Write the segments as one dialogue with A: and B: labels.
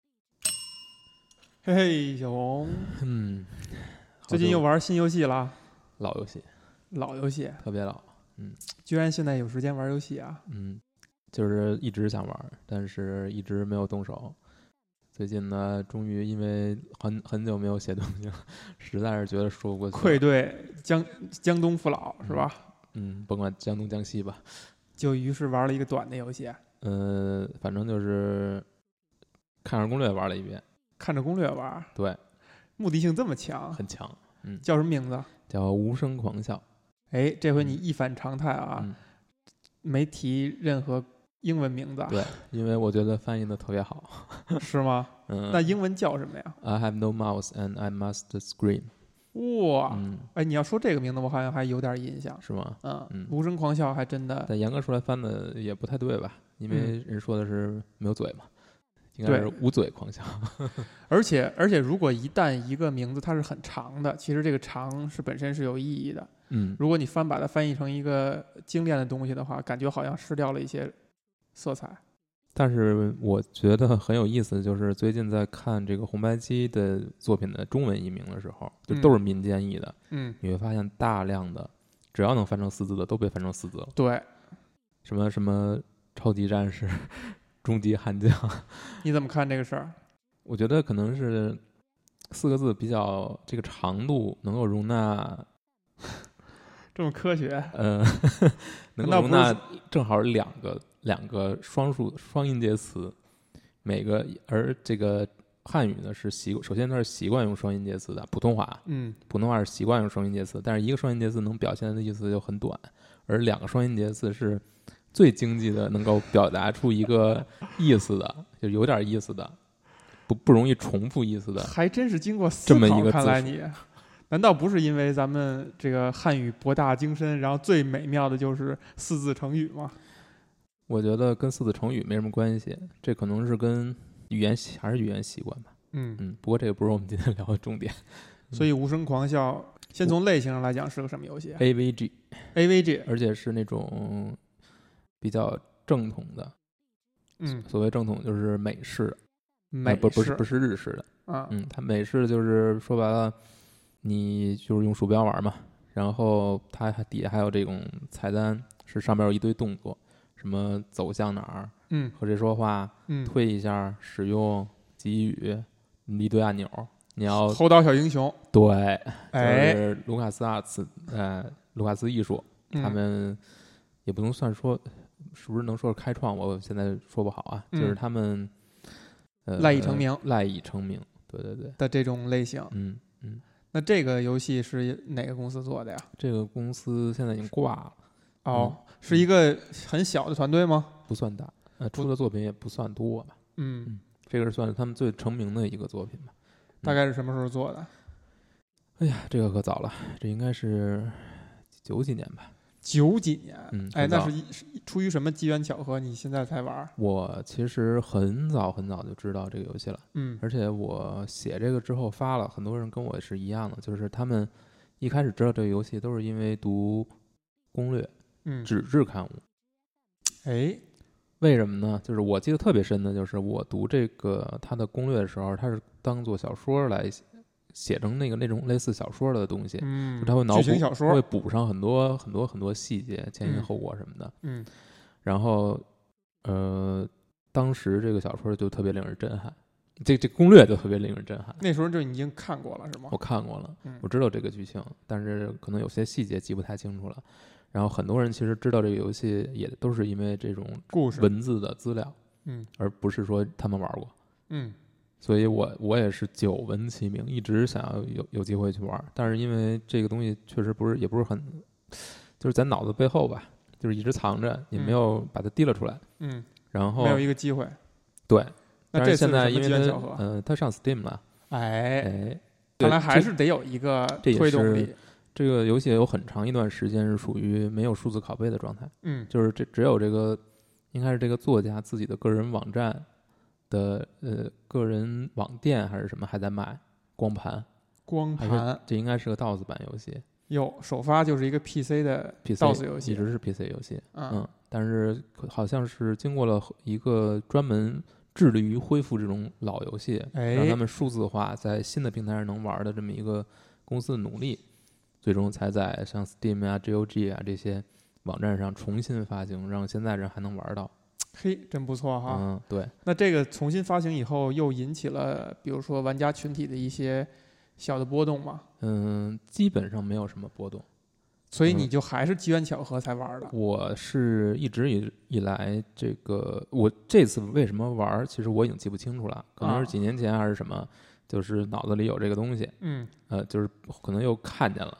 A: 嘿嘿，小红，
B: 嗯，
A: 最近又玩新游戏啦？
B: 老游戏，
A: 老游戏，
B: 特别老，
A: 居然现在有时间玩游戏啊？
B: 嗯，就是一直想玩，但是一直没有动手。最近呢，终于因为很很久没有写东西了，实在是觉得说不过去
A: 愧
B: 了。
A: 对江江东父老是吧？
B: 嗯，甭管江东江西吧，
A: 就于是玩了一个短的游戏，
B: 嗯、反正就是看着攻略玩了一遍，
A: 看着攻略玩，
B: 对，
A: 目的性这么强，
B: 很强，
A: 叫什么名字？
B: 叫《无声狂笑》
A: 哎，这回你一反常态啊，
B: 嗯
A: 没提任何英文名字啊，
B: 对，因为我觉得翻译的特别好。
A: 是吗？
B: 嗯，
A: 那英文叫什么呀？
B: I have no mouth and I must scream。
A: 哇，
B: 嗯，
A: 哎，你要说这个名字，我好像还有点印象。
B: 是吗？
A: 嗯
B: 嗯，
A: 无声狂笑还真的
B: 但严格说来翻的也不太对吧？因为人说的是没有嘴嘛，应
A: 嗯
B: 该
A: 对
B: 是捂嘴狂笑。
A: 而且而且，如果一旦一个名字它是很长的，其实这个长是本身是有意义的。
B: 嗯，
A: 如果你翻把它翻译成一个精炼的东西的话，感觉好像失掉了一些色彩。
B: 但是我觉得很有意思，就是最近在看这个红白机的作品的中文译名的时候，就
A: 嗯
B: 都是民间译的，
A: 嗯，
B: 你会发现大量的只要能翻成四字的都被翻成四字了，
A: 对，
B: 什么什么超级战士、终极悍将，
A: 你怎么看这个事儿？
B: 我觉得可能是四个字比较这个长度能够容纳
A: 这么科学？
B: 呃，能够
A: 那
B: 容
A: 不是
B: 纳正好两个两个双数双音节词，每个而这个汉语呢是习，首先它是习惯用双音节词的，普通话
A: 嗯，
B: 普通话是习惯用双音节词，但是一个双音节词能表现的意思就很短，而两个双音节词是最经济的，能够表达出一个意思的，就有点意思的，不不容易重复意思的，
A: 还真是经过思
B: 这么一
A: 考。
B: 个
A: 看来
B: 字
A: 你，难道不是因为咱们这个汉语博大精深，然后最美妙的就是四字成语吗？
B: 我觉得跟四字成语没什么关系，这可能是跟语言习还是语言习惯吧。
A: 嗯，
B: 嗯，不过这个不是我们今天聊的重点。
A: 所以无声狂笑，先从类型上来讲是个什么游戏
B: A V G，
A: ？AVG。
B: 而且是那种比较正统的。
A: 嗯，
B: 所谓正统就是美式的，
A: 美
B: 呃不不是
A: 式
B: 不是日式的。
A: 啊，
B: 嗯，它美式的就是说白了，你就是用鼠标玩嘛，然后它还底下还有这种菜单，是上面有一堆动作，什么走向哪儿，
A: 嗯
B: 和谁说话，
A: 嗯，
B: 退一下，使用给予，一堆按钮。你要
A: 猴岛小英雄，
B: 对，
A: 哎
B: 就，是卢卡斯阿茨，呃，卢卡斯艺术，
A: 嗯
B: 他们也不能算说，是不是能说是开创？我现在说不好啊，
A: 嗯
B: 就是他们呃
A: 赖以成名
B: 赖以成名。对对对，
A: 的这种类型。
B: 嗯嗯，
A: 那这个游戏是哪个公司做的呀？
B: 这个公司现在已经挂了，
A: 哦，
B: 嗯
A: 是一个很小的团队吗？
B: 不算大，呃，出的作品也不算多吧。
A: 嗯，
B: 这个是算是他们最成名的一个作品吧。
A: 大概是什么时候做的？
B: 哎呀，这个可早了，这应该是九几年吧。
A: 九几年
B: 嗯，
A: 哎，
B: 很
A: 那
B: 早
A: 是一是出于什么机缘巧合？你现在才玩儿？
B: 我其实很早很早就知道这个游戏了。
A: 嗯
B: 而且我写这个之后发了，很多人跟我是一样的，就是他们一开始知道这个游戏都是因为读攻略、
A: 嗯，
B: 纸质刊物。
A: 哎，
B: 为什么呢？就是我记得特别深的，就是我读这个它的攻略的时候，它是当做小说来写写成那个那种类似小说的东西，
A: 嗯，
B: 他会脑补
A: 剧情小
B: 它会
A: 说，
B: 补上很多很多很多细节、前因
A: 嗯
B: 后果什么的。
A: 嗯
B: 然后，呃，当时这个小说就特别令人震撼，这这攻略就特别令人震撼。
A: 那时候就已经看过了是吗
B: 我？看过了，
A: 嗯
B: 我知道这个剧情，但是可能有些细节记不太清楚了。然后很多人其实知道这个游戏，也都是因为这种
A: 故事，
B: 文字的资料，
A: 嗯
B: 而不是说他们玩过。
A: 嗯
B: 所以我我也是久闻其名，一直想要有有机会去玩，但是因为这个东西确实不是也不是很，就是在脑子背后吧，就是一直藏着，也
A: 嗯
B: 没有把它提了出来。
A: 嗯，
B: 然后
A: 没有一个机会。
B: 对，
A: 那
B: 但
A: 这
B: 是
A: 次
B: 现
A: 是
B: 在
A: 什么
B: 因为
A: 机
B: 它
A: 缘巧合？
B: 嗯、它上 Steam 了，
A: 哎，
B: 哎，对
A: 看来还
B: 这
A: 是得有一个
B: 这也
A: 推动
B: 是
A: 力。
B: 这个游戏有很长一段时间是属于没有数字拷贝的状态，
A: 嗯
B: 就是这只有这个应该是这个作家自己的个人网站的呃个人网店还是什么还在卖光盘，
A: 光
B: 还
A: 盘
B: 是这应该是个 DOS 版游戏
A: 哟，首发就是一个 PC 的
B: ，PC
A: DOS 游戏
B: 一直是 PC 游戏，
A: 啊，
B: 嗯，但是可好像是经过了一个专门致力于恢复这种老游戏，
A: 哎
B: 让他们数字化，在新的平台上能玩的这么一个公司的努力，最终才在像 Steam 啊、GOG 啊这些网站上重新发行，让现在人还能玩到。
A: 嘿，真不错哈。
B: 嗯，对，
A: 那这个重新发行以后，又引起了比如说玩家群体的一些小的波动嘛，
B: 嗯，基本上没有什么波动。
A: 所以
B: 嗯
A: 你就还是机缘巧合才玩的。
B: 我是一直以以来这个，我这次为什么玩儿，其实我已经记不清楚了，可能
A: 啊
B: 是几年前还是什么，就是脑子里有这个东西，
A: 嗯，
B: 呃，就是可能又看见了，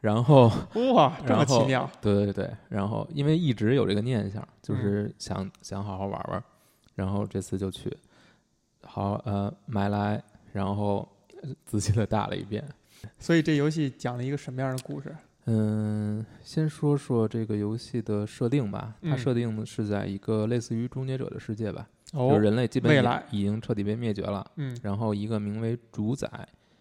B: 然后
A: 嗯哇，这么
B: 然后
A: 奇妙。
B: 对对对，然后因为一直有这个念想，
A: 嗯
B: 就是想、想好好玩玩，然后这次就去，好呃买来，然后呃仔细的打了一遍。
A: 所以这游戏讲了一个什么样的故事？
B: 嗯，先说说这个游戏的设定吧。它
A: 嗯
B: 设定的是在一个类似于终结者的世界吧，就
A: 哦
B: 是，人类基本
A: 未
B: 已
A: 来
B: 已经彻底被灭绝了。
A: 嗯
B: 然后一个名为主宰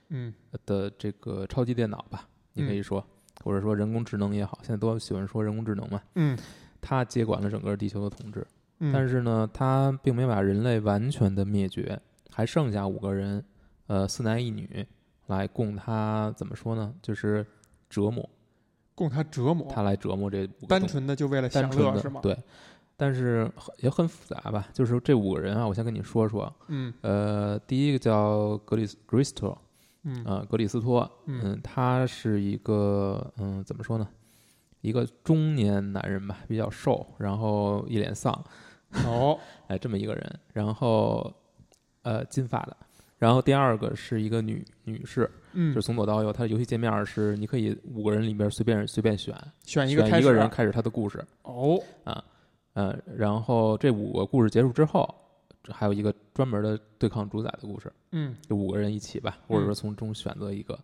A: 嗯，
B: 的这个超级电脑吧，你可
A: 嗯
B: 以说，或者说人工智能也好，现在都喜欢说人工智能嘛。
A: 嗯
B: 它接管了整个地球的统治，
A: 嗯，
B: 但是呢，它并没把人类完全的灭绝，还剩下五个人，呃，四男一女来供他怎么说呢？就是折磨
A: 供他折磨，
B: 他来折磨这五个
A: 哦单
B: 动物
A: 纯的就为了享
B: 单纯
A: 乐
B: 的
A: 是吗？，
B: 对，但是很也很复杂吧。就是这五个人啊，我先跟你说说。
A: 嗯
B: 呃，第一个叫格里斯格里斯托，
A: 嗯
B: 呃，格里斯托，
A: 嗯
B: 嗯，他是一个嗯，怎么说呢？一个中年男人吧，比较瘦，然后一脸丧，
A: 哦，
B: 哎，这么一个人。然后，呃，金发的。然后第二个是一个女女士，就
A: 嗯
B: 是，从左到右，她的游戏界面是你可以五个人里边随便随便选，
A: 选一个
B: 选
A: 开
B: 一
A: 始啊
B: 个人开始她的故事。
A: 哦，
B: 呃，然后这五个故事结束之后，这还有一个专门的对抗主宰的故事，
A: 嗯
B: 就五个人一起吧，或者
A: 嗯
B: 说从中选择一个。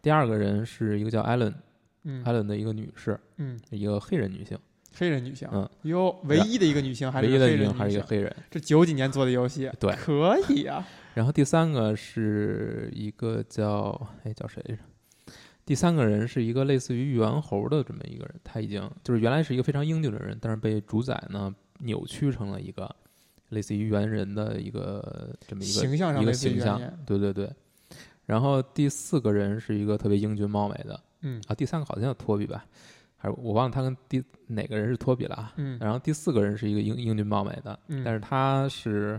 B: 第二个人是一个叫艾伦艾
A: 嗯
B: 伦的一个女士，
A: 嗯，
B: 一个黑人女性，
A: 黑人女性
B: 嗯，
A: 哟，唯一的一个女性还是个
B: 唯一的
A: 黑
B: 女
A: 人
B: 性还是一
A: 性
B: 个，黑人。
A: 这九几年做的游戏，
B: 对
A: 可以啊，
B: 然后第三个是一个叫哎叫谁来着？第三个人是一个类似于猿猴的这么一个人，他已经就是原来是一个非常英俊的人，但是被主宰呢扭曲成了一个类似于猿人的一个这么一个
A: 形象上
B: 一个
A: 类似于
B: 形
A: 原
B: 象
A: 年，
B: 对对对。然后第四个人是一个特别英俊貌美的
A: 嗯
B: 啊，第三个好像叫托比吧，还是我忘了他跟第哪个人是托比了啊。
A: 嗯
B: 然后第四个人是一个英英俊貌美的，
A: 嗯，
B: 但
A: 是
B: 是他是，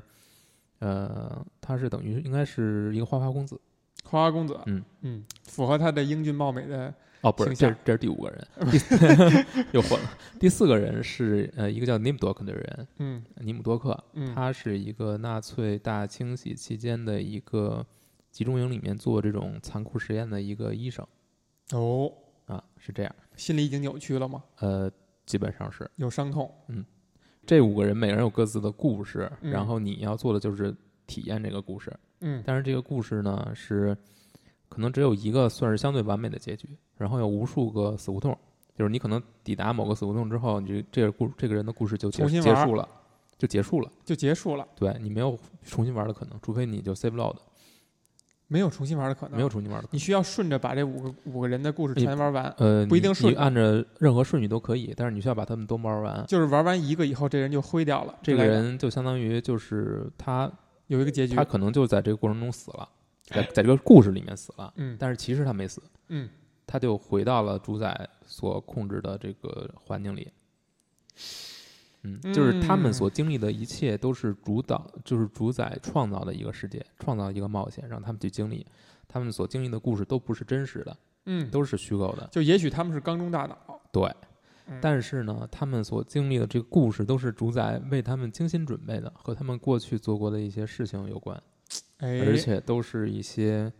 B: 呃，他是等于应该是一个花花公子
A: 花花公子，
B: 嗯
A: 嗯，符合她的英俊貌美的，
B: 哦，不
A: 形
B: 是，这
A: 象
B: 是这是第五个人，第 又混了。第四个人是呃一个叫尼姆多克的人，
A: 嗯
B: 尼姆多克，
A: 嗯，
B: 他是一个纳粹大清洗期间的一个集中营里面做这种残酷实验的一个医生
A: 哦，
B: 啊，是这样，
A: 心里已经扭曲了吗？
B: 呃，基本上是
A: 有伤痛，
B: 这五个人每个人有各自的故事，
A: 嗯
B: 然后你要做的就是体验这个故事，
A: 嗯
B: 但是这个故事呢是可能只有一个算是相对完美的结局，然后有无数个死胡同，就是你可能抵达某个死胡同之后，你这这个故这个人的故事就结
A: 重新
B: 结
A: 玩儿
B: 束了，就结束了，
A: 就结束了，
B: 对你没有重新玩的可能，除非你就 save
A: 啊
B: load，
A: 没有重新玩的可能，
B: 没有重新玩的可
A: 你
B: 能。
A: 需要顺着把这五个五个人的故事全玩完，
B: 呃，
A: 不一定
B: 你
A: 顺
B: 你按照任何顺序都可以，但是你需要把他们都玩完。
A: 就是玩完一个以后，这人就灰掉了。
B: 这
A: 之
B: 个
A: 类的
B: 人就相当于就是他，
A: 有一个结局哎
B: 他，可能就在这个过程中死了，在在这个故事里面死了，
A: 嗯
B: 但是其实他没死，
A: 嗯，
B: 他就回到了主宰所控制的这个环境里。嗯，就是他们
A: 嗯
B: 所经历的一切都是主导，就是主宰创造的一个世界，创造一个冒险，让他们去经历。他们所经历的故事都不是真实的，
A: 嗯，
B: 都是虚构的。
A: 就也许他们是缸中大脑，
B: 对
A: 嗯，
B: 但是呢，他们所经历的这个故事都是主宰为他们精心准备的，和他们过去做过的一些事情有关，
A: 哎，
B: 而且都是一些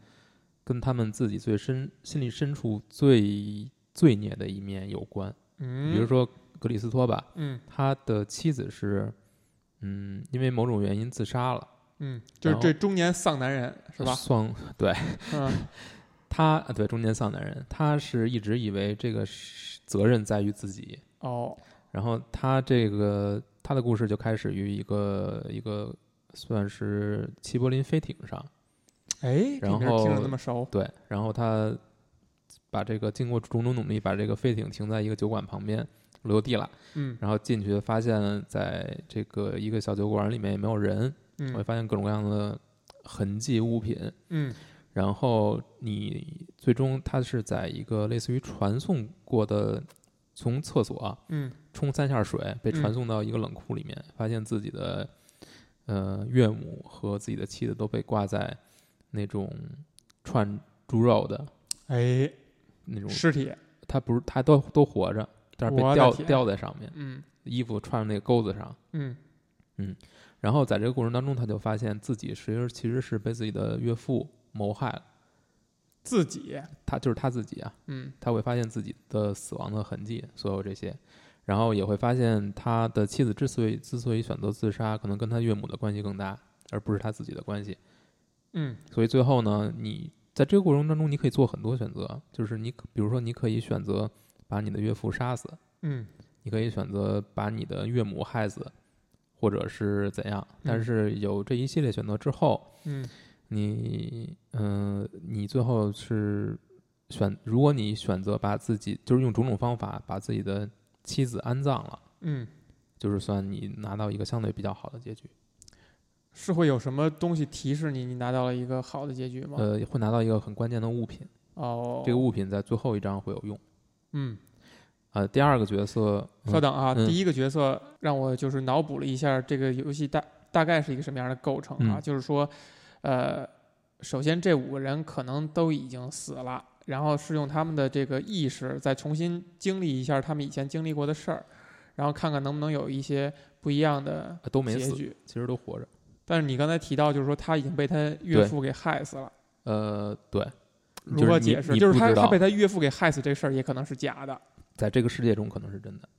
B: 跟他们自己最深心里深处最罪孽的一面有关。
A: 嗯，
B: 比如，说格里斯托吧，
A: 嗯
B: 他的妻子是，嗯，因为某种原因自杀了，
A: 嗯，就是
B: 然后
A: 这中年丧男人是 吧？
B: 算
A: 嗯
B: 他啊对中年丧男人，他是一直以为这个是责任在于自己，
A: 哦，
B: 然后他这个他的故事就开始于一个一个算是齐柏林飞艇上，
A: 哎，这
B: 然
A: 名儿听着
B: 后
A: 那么熟，
B: 对，然后他把这个经过种种努力，把这个飞艇停在一个酒馆旁边落地了，
A: 嗯
B: 然后进去发现在这个一个小酒馆里面也没有人，我会
A: 嗯
B: 发现各种各样的痕迹物品，
A: 嗯
B: 然后你最终它是在一个类似于传送过的，从厕所啊
A: 嗯
B: 冲三下水，被
A: 嗯
B: 传送到一个冷库里面，发现自己的呃岳母和自己的妻子都被挂在那种串猪肉的
A: 哎，
B: 那种，
A: 尸体，
B: 他不是他都都活着，但是被
A: 我的
B: 吊
A: 天
B: 吊在上面，
A: 嗯
B: 衣服串那个钩子上。
A: 嗯
B: 然后在这个过程当中，他就发现自己其实其实是被自己的岳父谋害了，
A: 自己，
B: 他就是他自己啊，
A: 嗯
B: 他会发现自己的死亡的痕迹，所有这些，然后也会发现他的妻子之所以之所以选择自杀，可能跟他岳母的关系更大，而不是他自己的关系。
A: 嗯
B: 所以最后呢，你在这个过程当中，你可以做很多选择，就是你可比如说你可以选择把你的岳父杀死，
A: 嗯
B: 你可以选择把你的岳母害死，或者是怎样。但是有这一系列选择之后，
A: 嗯
B: 你嗯、呃你最后是选，如果你选择把自己就是用种种方法把自己的妻子安葬了，
A: 嗯，
B: 就是算你拿到一个相对比较好的结局，
A: 是会有什么东西提示你你拿到了一个好的结局吗？
B: 呃，会拿到一个很关键的物品，
A: 哦，
B: 这个，物品在最后一章会有用。
A: 嗯，
B: 呃，第二个角色，嗯
A: 稍等啊，
B: 嗯
A: 第一个角色让我就是脑补了一下这个游戏大大概是一个什么样的构成啊？
B: 嗯
A: 就是说，呃，首先这五个人可能都已经死了，然后是用他们的这个意识再重新经历一下他们以前经历过的事儿，然后看看能不能有一些不一样的
B: 呃都没
A: 结
B: 死，
A: 局。
B: 其实都活着。
A: 但是你刚才提到，就是说他已经被他岳
B: 对
A: 父给害死了，
B: 呃，对，
A: 如
B: 就是
A: 何
B: 你
A: 解释？
B: 你
A: 就是
B: 不
A: 他
B: 知
A: 他
B: 道
A: 被他岳父给害死这事儿也可能是假的。
B: 在这个世界中可能是真的，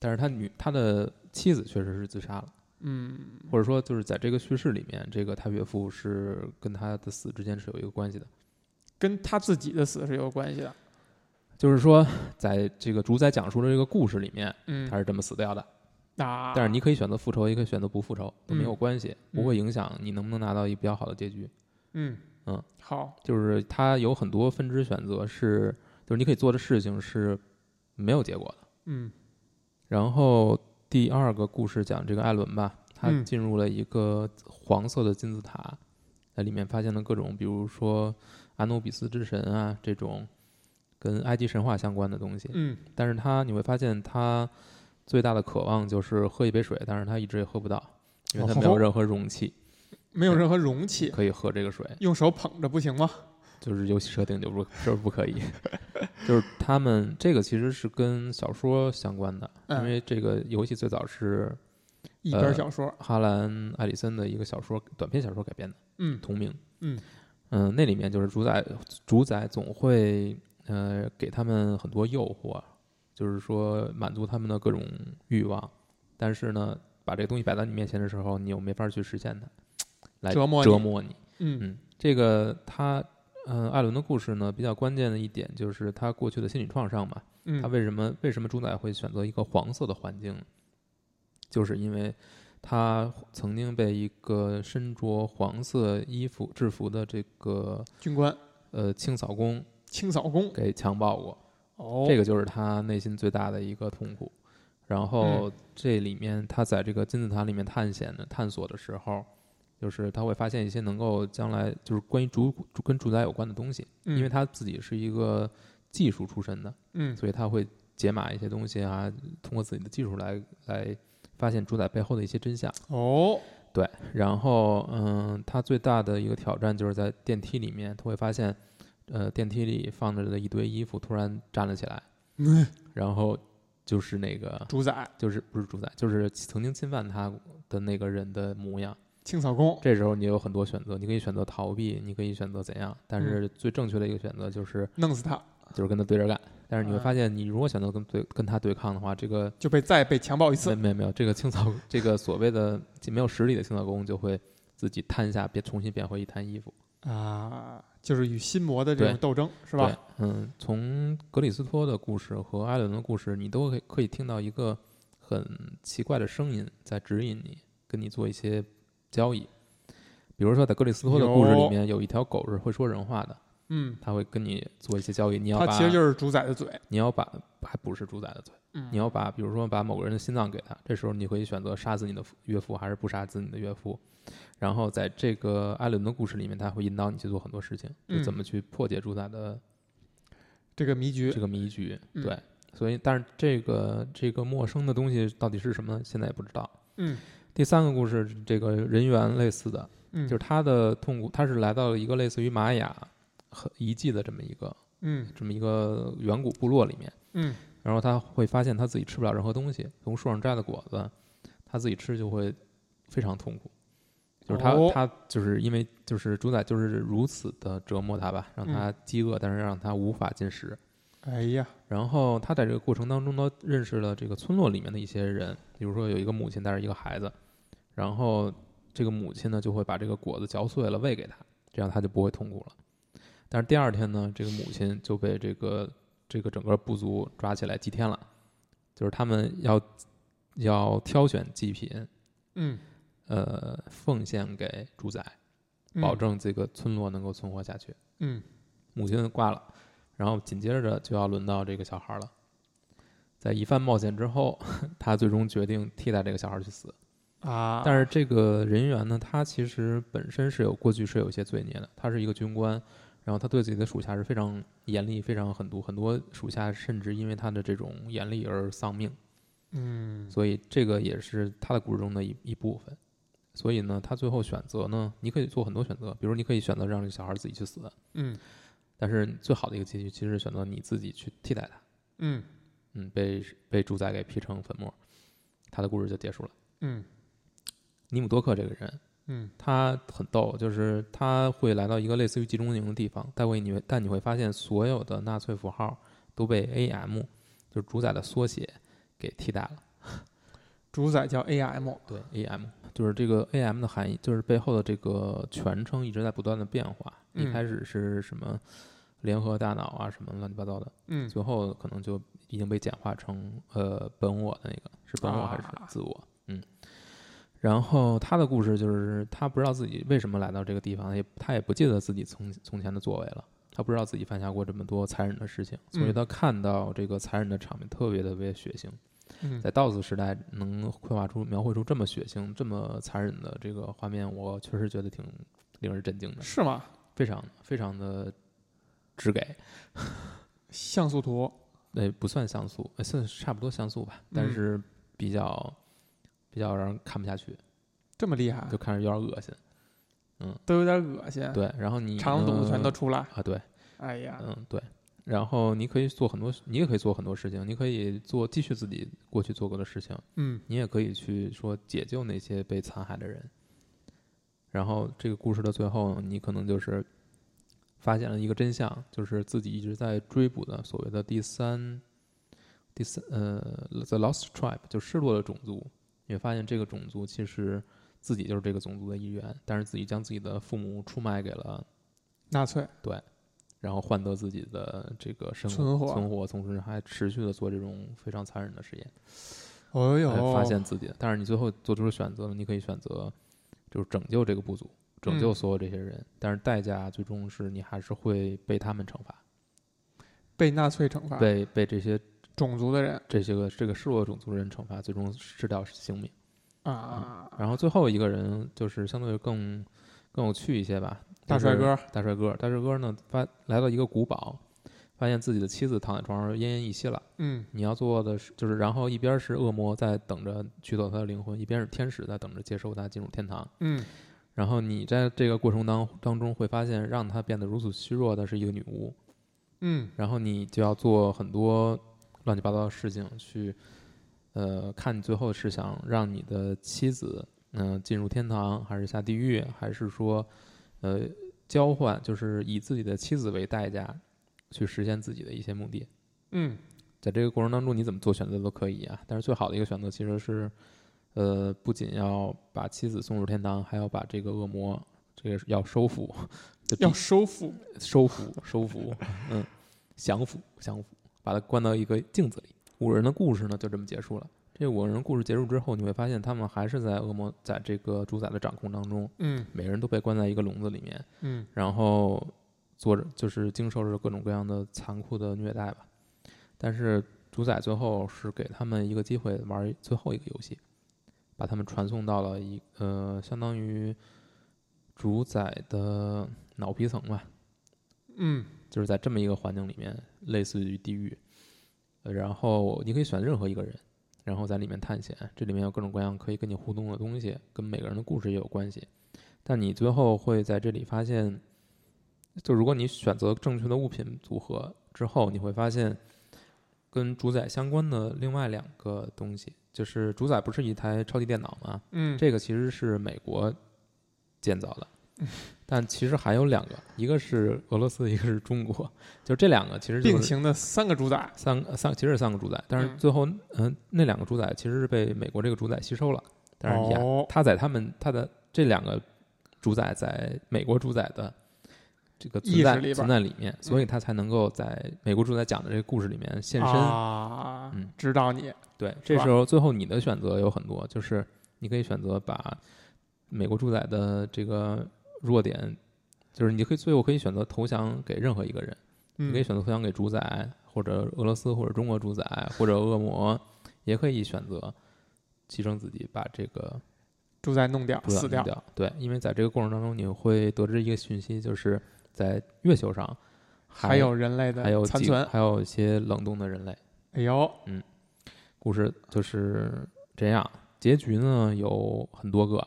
B: 但是他女他的妻子确实是自杀了。
A: 嗯
B: 或者说就是在这个叙事里面，这个他岳父是跟他的死之间是有一个关系的。
A: 跟他自己的死是有关系的。
B: 就是说，在这个主宰讲述的这个故事里面，
A: 嗯啊
B: 他，是这么死掉的。
A: 那
B: 但是你可以选择复仇，也可以选择不复仇，都没有
A: 嗯
B: 关系，不会影响你能不能拿到一个比较好的结局。
A: 嗯
B: 嗯
A: 好
B: 就是它有很多分支选择是，就是你可以做的事情是没有结果的。
A: 嗯
B: 然后第二个故事讲这个艾伦吧，他
A: 嗯
B: 进入了一个黄色的金字塔，在里面发现了各种，比如说阿努比斯之神啊这种跟埃及神话相关的东西。
A: 嗯
B: 但是他你会发现，他最大的渴望就是喝一杯水，但是他一直也喝不到，因
A: 哦
B: 为他没有任何容器
A: 没有任何容器，
B: 可以喝这个水，
A: 用手捧着不行吗？
B: 就是游戏设定就不就是 不可以。就是他们这个其实是跟小说相关的，因
A: 嗯，
B: 为呃这个游戏最早是
A: 一本小说，
B: 哈兰·艾里森的一个小说短篇小说改编的，
A: 嗯
B: 同名。
A: 嗯
B: 嗯、那里面就是主宰主宰总会呃给他们很多诱惑，就是说满足他们的各种欲望，但是呢，把这个东西摆在你面前的时候，你又没法去实现它，来
A: 折磨你
B: 折磨你。
A: 嗯
B: 嗯，这个他。嗯，艾伦的故事呢，比较关键的一点就是他过去的心理创伤嘛。他
A: 嗯
B: 为什么为什么主宰会选择一个黄色的环境？就是因为他曾经被一个身着黄色衣服制服的这个
A: 军官
B: 呃清扫工
A: 清扫工
B: 给强暴过，
A: 哦，
B: 这个就是他内心最大的一个痛苦。然后
A: 嗯
B: 这里面他在这个金字塔里面探险的探索的时候，就是他会发现一些能够将来就是关于主跟主宰有关的东西，
A: 嗯
B: 因为他自己是一个技术出身的。
A: 嗯
B: 所以他会解码一些东西啊，通过自己的技术来来发现主宰背后的一些真相。
A: 哦
B: 对，然后嗯，他最大的一个挑战就是在电梯里面，他会发现，呃，电梯里放着的一堆衣服突然站了起来，
A: 嗯
B: 然后就是那个
A: 主宰
B: 就是不是主宰，就是曾经侵犯他的那个人的模样。
A: 清扫工，
B: 这时候你有很多选择，你可以选择逃避，你可以选择怎样，但是最正确的一个选择就是
A: 弄死他
B: 就是跟他对着干。但是你会发现，你如果选择跟对跟他对抗的话，这个
A: 就被再被强暴一次。
B: 没没有没有，这个清扫这个所谓的没有实力的清扫工就会自己摊下，别重新变回一摊衣服，
A: 啊，就是与心魔的这种
B: 对
A: 斗争是
B: 是
A: 吧？？
B: 嗯，从格里斯托的故事和艾伦的故事，你都可以可以听到一个很奇怪的声音在指引你，跟你做一些交易。比如说，在格里斯托的故事里面，有一条狗是会说人话的，
A: 嗯，
B: 他会跟你做一些交易。你要
A: 它
B: 把
A: 其实就是主宰的嘴，
B: 你要把还不是主宰的嘴，
A: 嗯，
B: 你要把比如说把某个人的心脏给他，这时候你可以选择杀死你的父岳父还是不杀死你的岳父。然后在这个艾伦的故事里面，他会引导你去做很多事情，
A: 嗯
B: 就怎么去破解主宰的
A: 这个迷局
B: 这，个迷局。
A: 嗯
B: 对，所以但是这个这个陌生的东西到底是什么呢？现在也不知道。
A: 嗯
B: 第三个故事，这个人猿类似的，
A: 嗯，
B: 就是他的痛苦，他是来到了一个类似于玛雅和遗迹的这么一个
A: 嗯
B: 这么一个远古部落里面，
A: 嗯
B: 然后他会发现他自己吃不了任何东西，从树上摘的果子，他自己吃就会非常痛苦。就是他，
A: 哦
B: 他就是因为就是主宰就是如此的折磨他吧，让他饥饿，但是让他无法进食。
A: 哎呀，
B: 然后他在这个过程当中呢，认识了这个村落里面的一些人，比如说有一个母亲带着一个孩子，然后这个母亲呢就会把这个果子嚼碎了喂给他，这样他就不会痛苦了。但是第二天呢，这个母亲就被这个这个整个部族抓起来祭天了，就是他们要要挑选祭品，
A: 嗯，
B: 呃，奉献给主宰，
A: 嗯
B: 保，证这个村落能够存活下去。
A: 嗯
B: 母亲挂了，然后紧接着就要轮到这个小孩了。在一番冒险之后， 他最终决定替代这个小孩去死。
A: 啊，
B: 但是这个人员呢，他其实本身是有过去是有一些罪孽的，他是一个军官，然后他对自己的属下是非常严厉、非常狠毒，很多属下甚至因为他的这种严厉而丧命。
A: 嗯
B: 所以这个也是他的故事中的一一部分。所以呢，他最后选择呢，你可以做很多选择，比如你可以选择让这个小孩自己去死，
A: 嗯
B: 但是最好的一个结局其实是选择你自己去替代他，
A: 嗯
B: 嗯，被被主宰给劈成粉末，他的故事就结束了。
A: 嗯
B: 尼姆多克这个人，
A: 嗯
B: 他很逗，就是他会来到一个类似于集中营的地方，但会你会但你会发现所有的纳粹符号都被 AM，就是主宰的缩写给替代了。
A: 主宰叫 AM，
B: 对，AM 就是这个 AM 的含义，就是背后的这个全称一直在不断的变化。
A: 嗯
B: 一开始是什么联合大脑啊，什么乱七八糟的，
A: 嗯
B: 最后可能就已经被简化成呃本我的那个是本我还是
A: 啊
B: 自我？嗯。然后他的故事就是他不知道自己为什么来到这个地方，也他也不记得自己从从前的作为了，他不知道自己犯下过这么多残忍的事情，所以
A: 嗯
B: 他看到这个残忍的场面特别特别血腥。
A: 嗯
B: 在 DOS 时代能绘画出、描绘出这么血腥、这么残忍的这个画面，我确实觉得挺令人震惊的，
A: 是吗？
B: 非常非常的直给，
A: 像素图，
B: 那、哎不算像素，呃算是差不多像素吧，但
A: 嗯
B: 是比较、比较让人看不下去，
A: 这么厉害
B: 就，看着有点恶心。
A: 都有点恶心，
B: 对，然后你
A: 嗯长度
B: 呢
A: 全都出来，
B: 啊，对，
A: 哎呀，
B: 嗯，对。然后你可以做很多，你也可以做很多事情，你可以做继续自己过去做过的事情，
A: 嗯
B: 你也可以去说解救那些被残害的人。然后这个故事的最后，你可能就是发现了一个真相，就是自己一直在追捕的所谓的第三、第三呃，the lost tribe 就失落的种族。你会发现这个种族其实自己就是这个种族的一员，但是自己将自己的父母出卖给了，
A: 纳粹，
B: 然后换得自己的这个生活
A: 存活
B: 存活，同时还持续的做这种非常残忍的实验。
A: 哦
B: 才
A: 呦，
B: 哎发现自己的。但是你最后做出了选择了，你可以选择就是拯救这个部族，拯救
A: 嗯
B: 所有这些人，但是代价最终是你还是会被他们惩罚，
A: 被纳粹惩罚，
B: 被被这些
A: 种族的人
B: 这些个这个失落种族的人惩罚，最终失掉性命。
A: 啊，
B: 然后最后一个人就是相对更更有趣一些吧，
A: 大帅哥，
B: 大帅哥，大帅哥呢发来到一个古堡。发现自己的妻子躺在床上奄奄一息了。
A: 嗯
B: 你要做的是，就是然后一边是恶魔在等着取走他的灵魂，一边是天使在等着接收他进入天堂。
A: 嗯
B: 然后你在这个过程当当中会发现，让她变得如此虚弱的是一个女巫，
A: 嗯
B: 然后你就要做很多乱七八糟的事情去，呃，看你最后是想让你的妻子，嗯、进入天堂，还是下地狱，还是说，呃，交换，就是以自己的妻子为代价去实现自己的一些目的。
A: 嗯
B: 在这个过程当中，你怎么做选择都可以啊。但是最好的一个选择其实是，呃，不仅要把妻子送入天堂，还要把这个恶魔，这个要收服，就
A: 要收复，
B: 收服，收服，嗯，降服，降服，把它关到一个镜子里。五个人的故事呢，就这么结束了。这五个人的故事结束之后，你会发现他们还是在恶魔在这个主宰的掌控当中，
A: 嗯
B: 每人都被关在一个笼子里面，
A: 嗯
B: 然后作者就是经受着各种各样的残酷的虐待吧。但是主宰最后是给他们一个机会玩最后一个游戏，把他们传送到了一呃，相当于主宰的脑皮层吧，
A: 嗯，
B: 就是在这么一个环境里面，类似于地狱。呃然后你可以选任何一个人，然后在里面探险。这里面有各种各样可以跟你互动的东西，跟每个人的故事也有关系。但你最后会在这里发现，就如果你选择正确的物品组合之后，你会发现跟主宰相关的另外两个东西，就是主宰不是一台超级电脑吗？
A: 嗯，
B: 这个其实是美国建造的，
A: 嗯
B: 但其实还有两个，一个是俄罗斯，一个是中国，就这两个其实就
A: 并
B: 是
A: 行的三个主宰，
B: 三个三，其实是三个主宰，但是
A: 嗯
B: 最后嗯、那两个主宰其实是被美国这个主宰吸收了，但是也、
A: 哦
B: 他在他们他的这两个主宰在美国主宰的这个存
A: 意识
B: 在
A: 里边嗯
B: 存在里面，所以他才能够在美国主宰讲的这个故事里面现身。
A: 啊
B: 嗯，
A: 指导你，
B: 对，这
A: 吧
B: 时候最后你的选择有很多，就是你可以选择把美国主宰的这个弱点，就是你可以最后可以选择投降给任何一个人，你可以
A: 嗯
B: 选择投降给主宰，或者俄罗斯或者中国主宰或者恶魔，也可以选择牺牲自己把这个
A: 主宰弄掉，
B: 主宰
A: 死
B: 弄掉。对，因为在这个过程当中，你会得知一个讯息，就是在月球上
A: 还有人类
B: 还有
A: 的残
B: 几
A: 存，
B: 还有一些冷冻的人类。
A: 哎呦，
B: 故事就是这样。结局呢有很多个，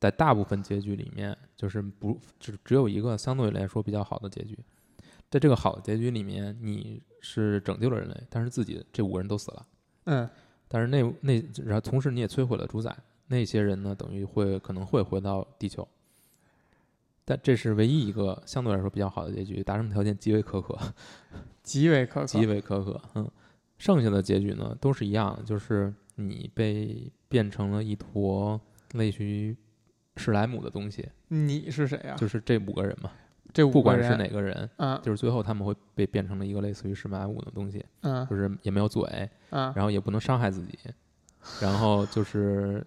B: 在大部分结局里面，就是不只只有一个相对来说比较好的结局。在这个好的结局里面，你是拯救了人类，但是自己这五个人都死了，
A: 嗯，
B: 但是那那然后同时你也摧毁了主宰，那些人呢等于会可能会回到地球。但这是唯一一个相对来说比较好的结局，达成条件极为苛刻。
A: 极为苛
B: 极
A: 刻，
B: 为苛刻。嗯，剩下的结局呢都是一样的，就是你被变成了一坨类似于史莱姆的东西，
A: 你是谁啊？
B: 就是这五个人嘛，
A: 这
B: 不
A: 五个
B: 管是
A: 人，
B: 哪个人，
A: 嗯
B: 就是最后他们会被变成了一个类似于史莱姆的东西，
A: 嗯
B: 就是也没有嘴，
A: 嗯，
B: 然后也不能伤害自己，然后就是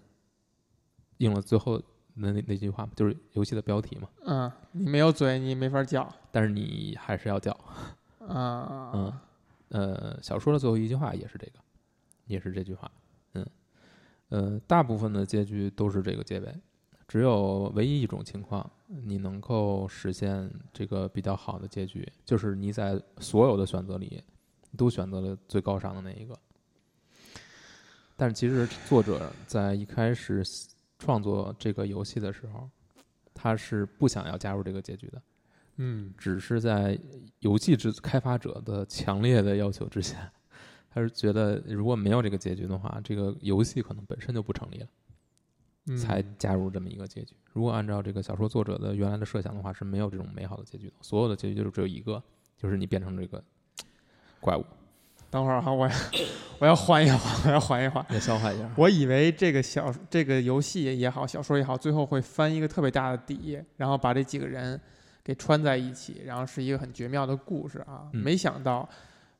B: 应了最后那那那句话嘛，就是游戏的标题嘛，
A: 嗯，你没有嘴，你没法叫，
B: 但是你还是要叫。
A: 啊、
B: 嗯，呃，小说的最后一句话也是这个，也是这句话，嗯，呃，大部分的结局都是这个结尾，只有唯一一种情况，你能够实现这个比较好的结局，就是你在所有的选择里都选择了最高尚的那一个。但是其实作者在一开始创作这个游戏的时候，他是不想要加入这个结局的。
A: 嗯，
B: 只是在游戏制开发者的强烈的要求之下，他是觉得如果没有这个结局的话，这个游戏可能本身就不成立了，
A: 嗯
B: 才加入这么一个结局。如果按照这个小说作者的原来的设想的话，是没有这种美好的结局的，所有的结局就是只有一个，就是你变成这个怪物，
A: 等会儿哈，我我要缓一缓，我要缓一缓。
B: 再消化一 下。
A: 我以为这个小这个游戏也好，小说也好，最后会翻一个特别大的底，然后把这几个人给穿在一起，然后是一个很绝妙的故事啊。
B: 嗯
A: 没想到，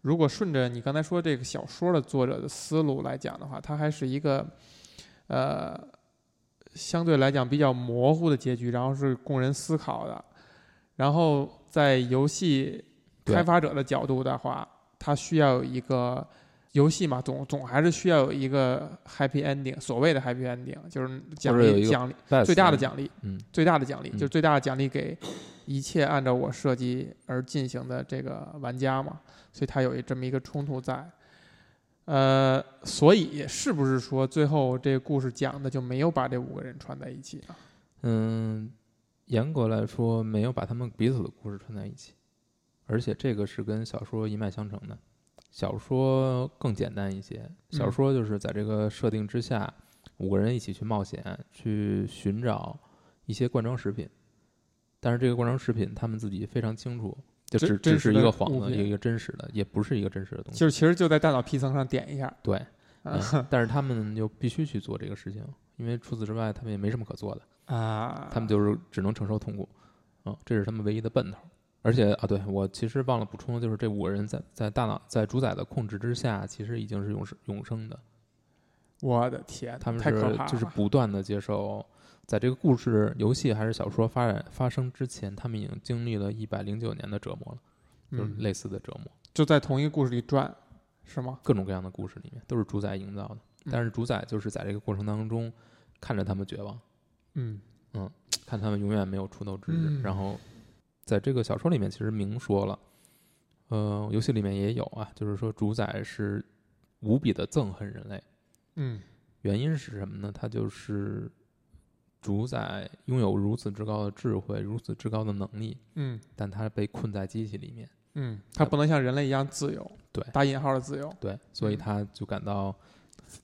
A: 如果顺着你刚才说这个小说的作者的思路来讲的话，它还是一个呃相对来讲比较模糊的结局，然后是供人思考的。然后在游戏
B: 对
A: 开发者的角度的话，它需要有一个游戏嘛，总总还是需要有一个 happy ending，所谓的 happy ending 就是奖
B: 或者有一
A: 励
B: 个
A: 奖励
B: 再
A: 最大的
B: 次，
A: 奖励，
B: 嗯，
A: 最大的奖励
B: 嗯
A: 就是最大的奖励给一切按照我设计而进行的这个玩家嘛，所以它有一这么一个冲突在。呃，所以是不是说最后这个故事讲的就没有把这五个人串在一起啊？
B: 嗯，严格来说，没有把他们彼此的故事串在一起，而且这个是跟小说一脉相承的。小说更简单一些，小
A: 嗯
B: 说就是在这个设定之下，五个人一起去冒险，去寻找一些罐装食品。但是这个罐装食品，他们自己非常清楚，就
A: 真
B: 只
A: 真
B: 只
A: 实
B: 是一
A: 的
B: 个
A: 物
B: 幌子，
A: 品
B: 一个真实的，也不是一个真实的东西。
A: 就是其实就在大脑皮层上点一下，
B: 对，
A: 啊
B: 嗯但是他们又必须去做这个事情，因为除此之外，他们也没什么可做的。
A: 啊，
B: 他们就是只能承受痛苦，嗯，这是他们唯一的奔头。而且啊，对我其实忘了补充，就是这五个人在在大脑在主宰的控制之下，其实已经是永生永生的，
A: 我的天，
B: 他们
A: 太可
B: 是
A: 怕了，
B: 就是不断的接受在这个故事、游戏还是小说发展发生之前，他们已经经历了一百零九年的折磨了，就是
A: 嗯，
B: 类似的折磨，
A: 就在同一个故事里转，是吗？
B: 各种各样的故事里面都是主宰营造的，
A: 嗯
B: 但是主宰就是在这个过程当中看着他们绝望，
A: 嗯
B: 看他们永远没有出头之日。
A: 嗯
B: 然后，在这个小说里面其实明说了，呃，游戏里面也有啊，就是说主宰是无比的憎恨人类，
A: 嗯
B: 原因是什么呢？他就是主宰拥有如此之高的智慧，如此之高的能力，
A: 嗯
B: 但他被困在机器里面，
A: 嗯，它不能像人类一样自由，
B: 呃对
A: 打引号的自由，
B: 对，所以
A: 嗯
B: 他就感到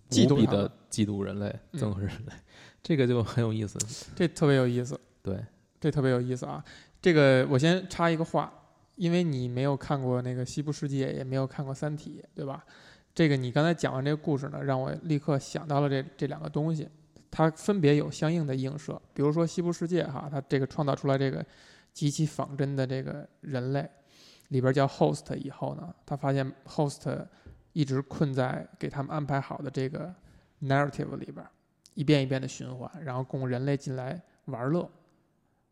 A: 嫉
B: 无
A: 妒
B: 比
A: 他们
B: 的嫉妒人类，
A: 嗯
B: 憎恨人类，这个就很有意思。
A: 这特别有意思，
B: 对，
A: 这特别有意思啊。这个我先插一个话，因为你没有看过那个《西部世界》，也没有看过《三体》，对吧？这个你刚才讲完这个故事呢，让我立刻想到了这这两个东西，它分别有相应的映射。比如说《西部世界》哈，它这个创造出来这个极其仿真的这个人类，里边叫 host 以后呢，他发现 host 一直困在给他们安排好的这个 narrative 里边，一遍一遍的循环，然后供人类进来玩乐。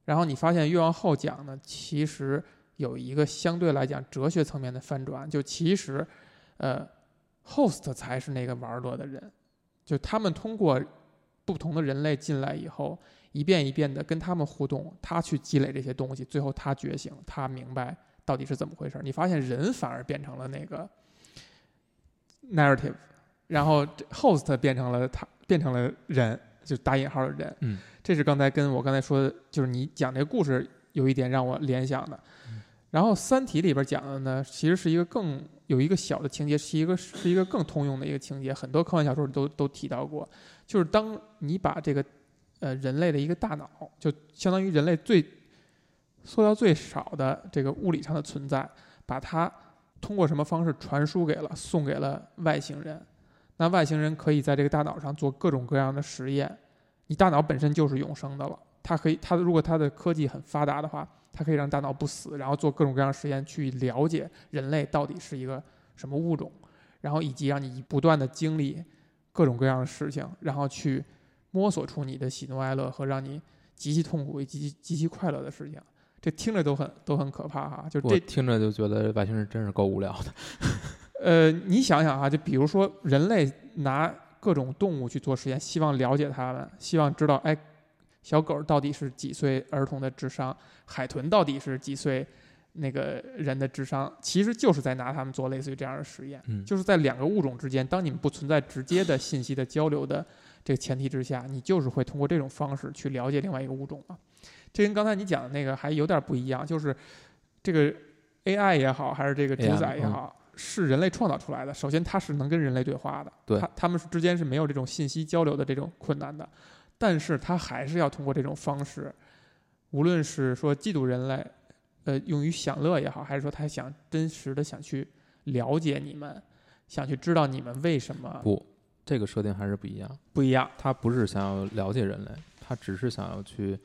A: 然后你发现越往后讲呢，其实有一个相对来讲哲学层面的翻转，就其实，呃，host 才是那个玩乐的人，就他们通过不同的人类进来以后，一遍一遍的跟他们互动，他去积累这些东西，最后他觉醒，他明白到底是怎么回事儿。你发现人反而变成了那个 narrative，然后这 host 变成了他变成了人，就打引号的人。
B: 嗯，
A: 这是刚才跟我刚才说的，就是你讲这个故事有一点让我联想的。然后《三体》里边讲的呢，其实是一个更有一个小的情节，是一个是一个更通用的一个情节，很多科幻小说都都提到过，就是当你把这个呃人类的一个大脑，就相当于人类最缩到最少的这个物理上的存在，把它通过什么方式传输给了送给了外星人，那外星人可以在这个大脑上做各种各样的实验，你大脑本身就是永生的了，它可以，它如果它的科技很发达的话，它可以让大脑不死，然后做各种各样的实验去了解人类到底是一个什么物种，然后以及让你不断的经历各种各样的事情，然后去摸索出你的喜怒哀乐和让你极其痛苦以及极其快乐的事情。这听着都很都很可怕哈、就
B: 我
A: 这
B: 听着就觉得外星人真是够无聊的。
A: 呃，你想想啊，就比如说人类拿各种动物去做实验，希望了解它们，希望知道，哎，小狗到底是几岁儿童的智商，海豚到底是几岁那个人的智商，其实就是在拿它们做类似于这样的实验。
B: 嗯，
A: 就是在两个物种之间，当你们不存在直接的信息的交流的这个前提之下，你就是会通过这种方式去了解另外一个物种嘛。这跟刚才你讲的那个还有点不一样，就是这个 AI 也好，还是这个主
B: AI
A: 宰也
B: 嗯
A: 好，是人类创造出来的。首先，它是能跟人类对话的，
B: 对
A: 它它们之间是没有这种信息交流的这种困难的，但是它还是要通过这种方式，无论是说嫉妒人类，呃，用于享乐也好，还是说他想真实的想去了解你们，想去知道你们为什么
B: 不，这个设定还是不一样。
A: 不一样。
B: 他不是想要了解人类，他只是想要去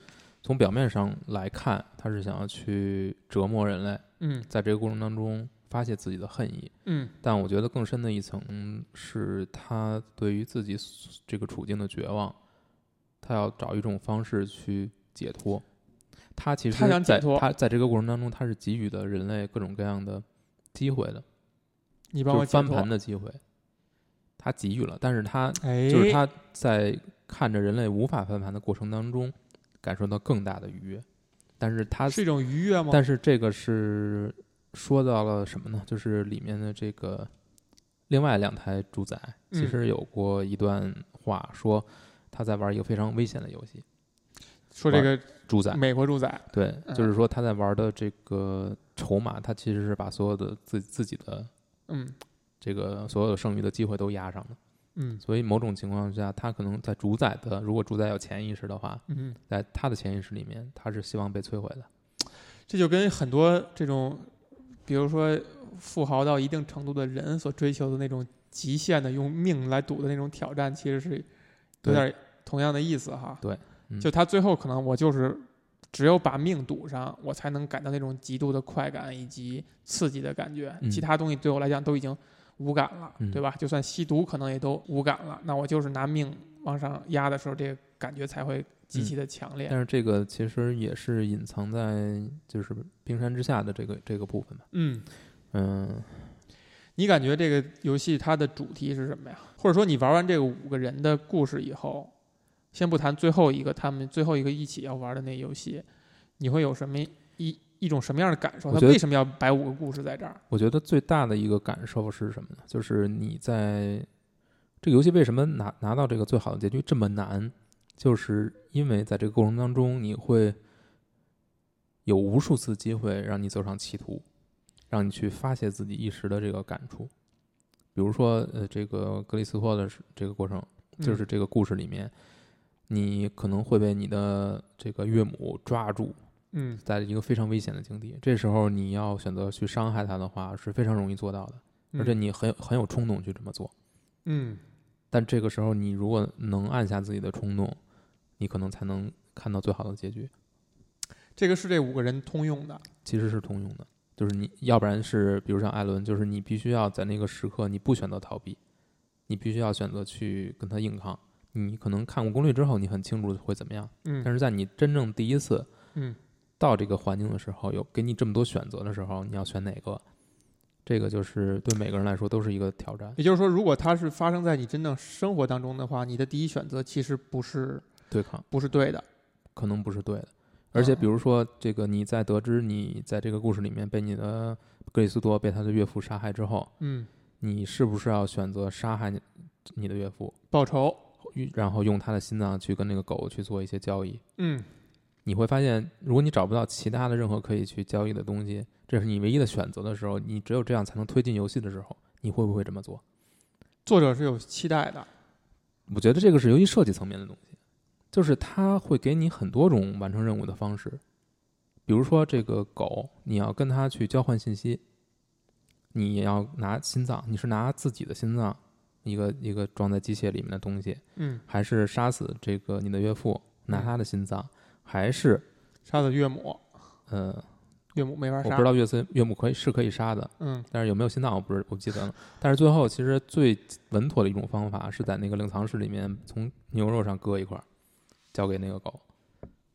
B: 从表面上来看，他是想要去折磨人类，
A: 嗯
B: 在这个过程当中发泄自己的恨意。
A: 嗯
B: 但我觉得更深的一层是他对于自己这个处境的绝望，他要找一种方式去解脱。他其实
A: 他想解
B: 在
A: 脱
B: 他在这个过程当中，他是给予的人类各种各样的机会的，
A: 你帮
B: 就
A: 我
B: 是
A: 解
B: 翻
A: 脱
B: 盘，的机会，他给予了，但是他
A: 哎，
B: 就是他在看着人类无法翻盘的过程当中，感受到更大的愉悦。但是他，
A: 是一种愉悦吗？
B: 但是这个是说到了什么呢？就是里面的这个另外两台主宰，
A: 嗯
B: 其实有过一段话说他在玩一个非常危险的游戏。
A: 说这个
B: 主宰
A: 美国主宰，
B: 对，
A: 嗯
B: 就是说他在玩的这个筹码，他其实是把所有的自自己的
A: 嗯
B: 这个所有的剩余的机会都压上了。
A: 嗯
B: 所以某种情况下，他可能在主宰的，如果主宰有潜意识的话，
A: 嗯，
B: 在他的潜意识里面，他是希望被摧毁的。
A: 这就跟很多这种，比如说富豪到一定程度的人所追求的那种极限的用命来赌的那种挑战，其实是有
B: 对
A: 点同样的意思哈。
B: 对嗯
A: 就他最后可能我就是只有把命赌上，我才能感到那种极度的快感以及刺激的感觉，
B: 嗯
A: 其他东西对我来讲都已经无感了，
B: 嗯
A: 对吧？就算吸毒可能也都无感了，那我就是拿命往上压的时候，这个感觉才会极其的强烈。
B: 嗯但是这个其实也是隐藏在就是冰山之下的这个这个部分吧。
A: 嗯，
B: 嗯，
A: 你感觉这个游戏它的主题是什么呀？或者说你玩完这个五个人的故事以后，先不谈最后一个他们最后一个一起要玩的那游戏，你会有什么一一种什么样的感受？
B: 我
A: 他
B: 觉得
A: 为什么要摆五个故事在这儿？
B: 我觉得最大的一个感受是什么呢？就是你在这个游戏为什么拿拿到这个最好的结局这么难，就是因为在这个过程当中，你会有无数次机会让你走上歧途，让你去发泄自己一时的这个感触。比如说，呃，这个格里斯托的这个过程，就是
A: 嗯
B: 这个故事里面，你可能会被你的这个岳母抓住，
A: 嗯
B: 在一个非常危险的境地，这时候你要选择去伤害他的话，是非常容易做到的，
A: 嗯，
B: 而且你很很有冲动去这么做。
A: 嗯
B: 但这个时候，你如果能按下自己的冲动，你可能才能看到最好的结局。
A: 这个是这五个人通用的。
B: 其实是通用的，就是你要不然是比如像艾伦，就是你必须要在那个时刻你不选择逃避，你必须要选择去跟他硬抗。你可能看过攻略之后，你很清楚会怎么样，
A: 嗯
B: 但是在你真正第一次
A: 嗯
B: 到这个环境的时候，有给你这么多选择的时候，你要选哪个？这个就是对每个人来说都是一个挑战。
A: 也就是说，如果它是发生在你真正生活当中的话，你的第一选择其实不是
B: 对抗
A: 不是对的。
B: 可能不是对的，而且比
A: 嗯
B: 如说这个你在得知你在这个故事里面被你的格里斯多被他的岳父杀害之后，
A: 嗯，
B: 你是不是要选择杀害你你的岳父，
A: 报仇。
B: 然后用他的心脏去跟那个狗去做一些交易？
A: 嗯
B: 你会发现，如果你找不到其他的任何可以去交易的东西，这是你唯一的选择的时候，你只有这样才能推进游戏的时候，你会不会这么做？
A: 作者是有期待的。
B: 我觉得这个是由于设计层面的东西，就是它会给你很多种完成任务的方式，比如说这个狗，你要跟它去交换信息，你也要拿心脏，你是拿自己的心脏，一个一个装在机械里面的东西，
A: 嗯，
B: 还是杀死这个你的岳父，拿他的心脏，还是
A: 杀死岳母，
B: 呃，
A: 岳母没法
B: 我
A: 杀。
B: 不知道岳森岳母可以是可以杀的，
A: 嗯
B: 但是有没有心脏我不是我不记得了。但是最后其实最稳妥的一种方法是在那个冷藏室里面从牛肉上割一块儿，交给那个狗。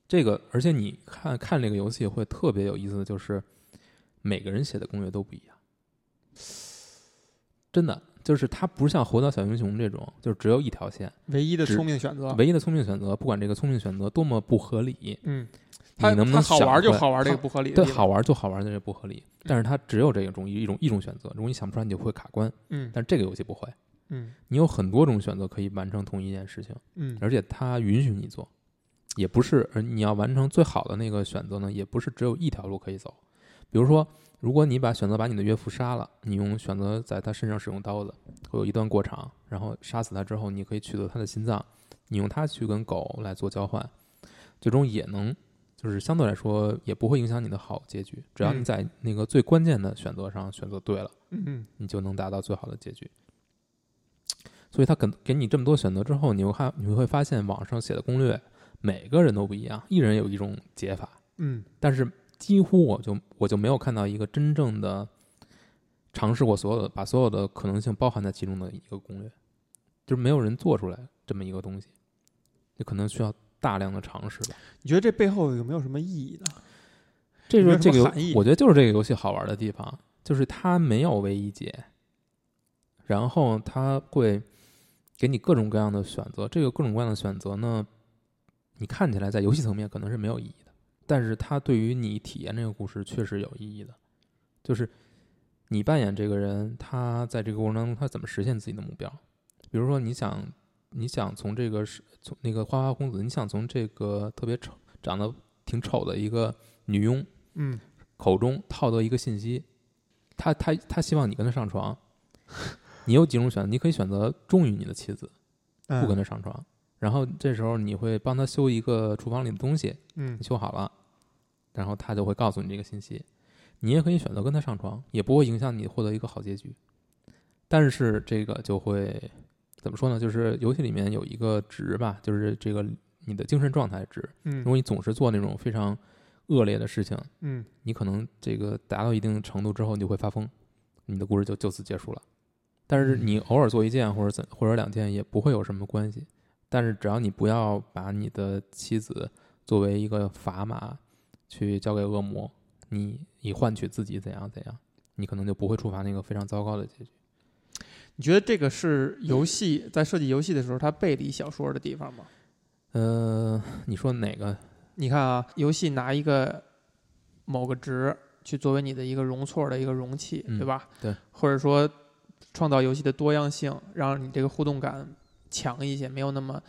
B: 这个而且你看看这个游戏会特别有意思的就是，每个人写的攻略都不一样，真的就是它不是像《活到小英雄》这种，就是只有一条线，
A: 唯一的
B: 只
A: 聪明选择。
B: 唯一的聪明选择，不管这个聪明选择多么不合理，
A: 嗯，
B: 你
A: 它
B: 能不能
A: 它好玩就
B: 想出来
A: 好玩，这嗯
B: 它
A: 个不合理的
B: 对，
A: 地方。
B: 好玩就好玩，但是不合理。但是它只有这种一种一种选择，如果你想不出来，你就会卡关。
A: 嗯
B: 但是这个游戏不会，
A: 嗯
B: 你有很多种选择可以完成同一件事情，
A: 嗯
B: 而且它允许你做，也不是而你要完成最好的那个选择呢，也不是只有一条路可以走。比如说，如果你把选择把你的岳父杀了，你用选择在他身上使用刀子，会有一段过场，然后杀死他之后，你可以取得他的心脏，你用它去跟狗来做交换，最终也能。就是相对来说也不会影响你的好结局，只要你
A: 嗯
B: 在那个最关键的选择上选择对了。
A: 嗯嗯
B: 你就能达到最好的结局。所以他给给你这么多选择之后，你会看你会发现网上写的攻略每个人都不一样，一人有一种解法，
A: 嗯
B: 但是几乎我就我就没有看到一个真正的尝试过所有的把所有的可能性包含在其中的一个攻略，就是没有人做出来这么一个东西，就可能需要大量的尝试吧。
A: 你觉得这背后有没有什么意义呢？
B: 这就是这个
A: 有没
B: 游
A: 有什么含义
B: 我觉得就是这个游戏好玩的地方，就是它没有唯一解，然后它会给你各种各样的选择。这个各种各样的选择呢，你看起来在游戏层面可能是没有意义的，但是它对于你体验这个故事确实有意义的，就是你扮演这个人，他在这个过程当中他怎么实现自己的目标。比如说，你想你想从这个是从那个花花公子，你想从这个特别丑、长得挺丑的一个女佣。
A: 嗯
B: 口中套得一个信息，他他他希望你跟他上床， 你有几种选择，你可以选择忠于你的妻子，不跟
A: 嗯
B: 他上床，然后这时候你会帮他修一个厨房里的东西，
A: 嗯
B: 你修好了，然后他就会告诉你这个信息，你也可以选择跟他上床，也不会影响你获得一个好结局，但是这个就会怎么说呢？就是游戏里面有一个值吧，就是这个你的精神状态值，如
A: 嗯
B: 果你总是做那种非常恶劣的事情。
A: 嗯
B: 你可能这个达到一定程度之后，你就会发疯，你的故事就就此结束了。但是你偶尔做一件或者怎或者两件也不会有什么关系，但是只要你不要把你的妻子作为一个砝码去交给恶魔，你以换取自己怎样怎样，你可能就不会触发那个非常糟糕的结局。
A: 你觉得这个是游戏在设计游戏的时候它背离小说的地方吗？
B: 呃，你说哪个？
A: 你看啊，游戏拿一个某个值去作为你的一个容错的一个容器，
B: 嗯
A: 对吧？
B: 对，
A: 或者说创造游戏的多样性，让你这个互动感强一些，没有那么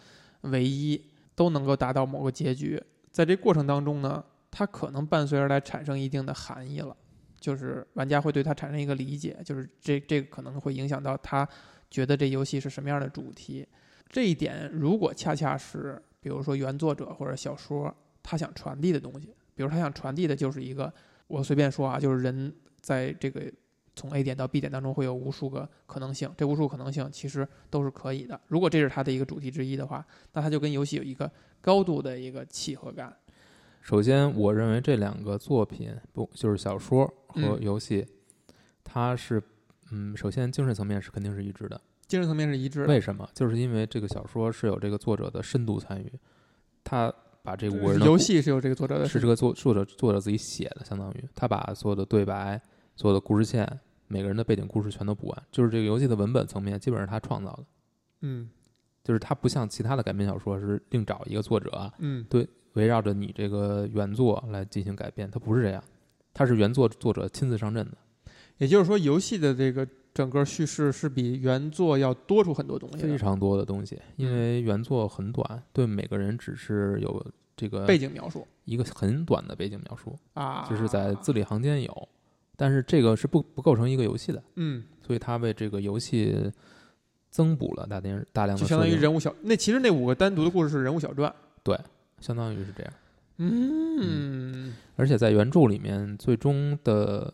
A: 唯一，都能够达到某个结局。在这过程当中呢，它可能伴随而来产生一定的含义了，就是玩家会对它产生一个理解，就是这这个可能会影响到他觉得这游戏是什么样的主题。这一点如果恰恰是，比如说原作者或者小说他想传递的东西，比如他想传递的就是一个，我随便说啊，就是人在这个从 A 点到 B 点当中会有无数个可能性，这无数可能性其实都是可以的。如果这是他的一个主题之一的话，那他就跟游戏有一个高度的一个契合感。
B: 首先，我认为这两个作品不就是小说和
A: 嗯
B: 游戏，它是嗯，首先精神层面是肯定是一致的。
A: 精神层面是一致的，
B: 为什么？就是因为这个小说是有这个作者的深度参与，他把这五个人的
A: 游
B: 故
A: 戏是有这个作者的
B: 是这个作作者作者自己写的，相当于他把所有的对白、所有的故事线、每个人的背景故事全都补完，就是这个游戏的文本层面基本上是他创造的，
A: 嗯
B: 就是他不像其他的改编小说是另找一个作者
A: 嗯
B: 围绕着你这个原作来进行改编，他不是这样，他是原作作者亲自上阵的。
A: 也就是说，游戏的这个整个叙事是比原作要多出很多东西
B: 非
A: 的，
B: 常多的东西，因为原作很短，对每个人只是有这个
A: 背景描述
B: 一个很短的背景描述，
A: 啊，
B: 就是在字里行间有，但是这个是不不构成一个游戏的，
A: 嗯，
B: 所以它为这个游戏增补了大量大量的
A: 就相当于
B: 设定
A: 人物小那其实那五个单独的故事是人物小传，
B: 相当于是这样。
A: 嗯
B: 而且在原著里面，最终的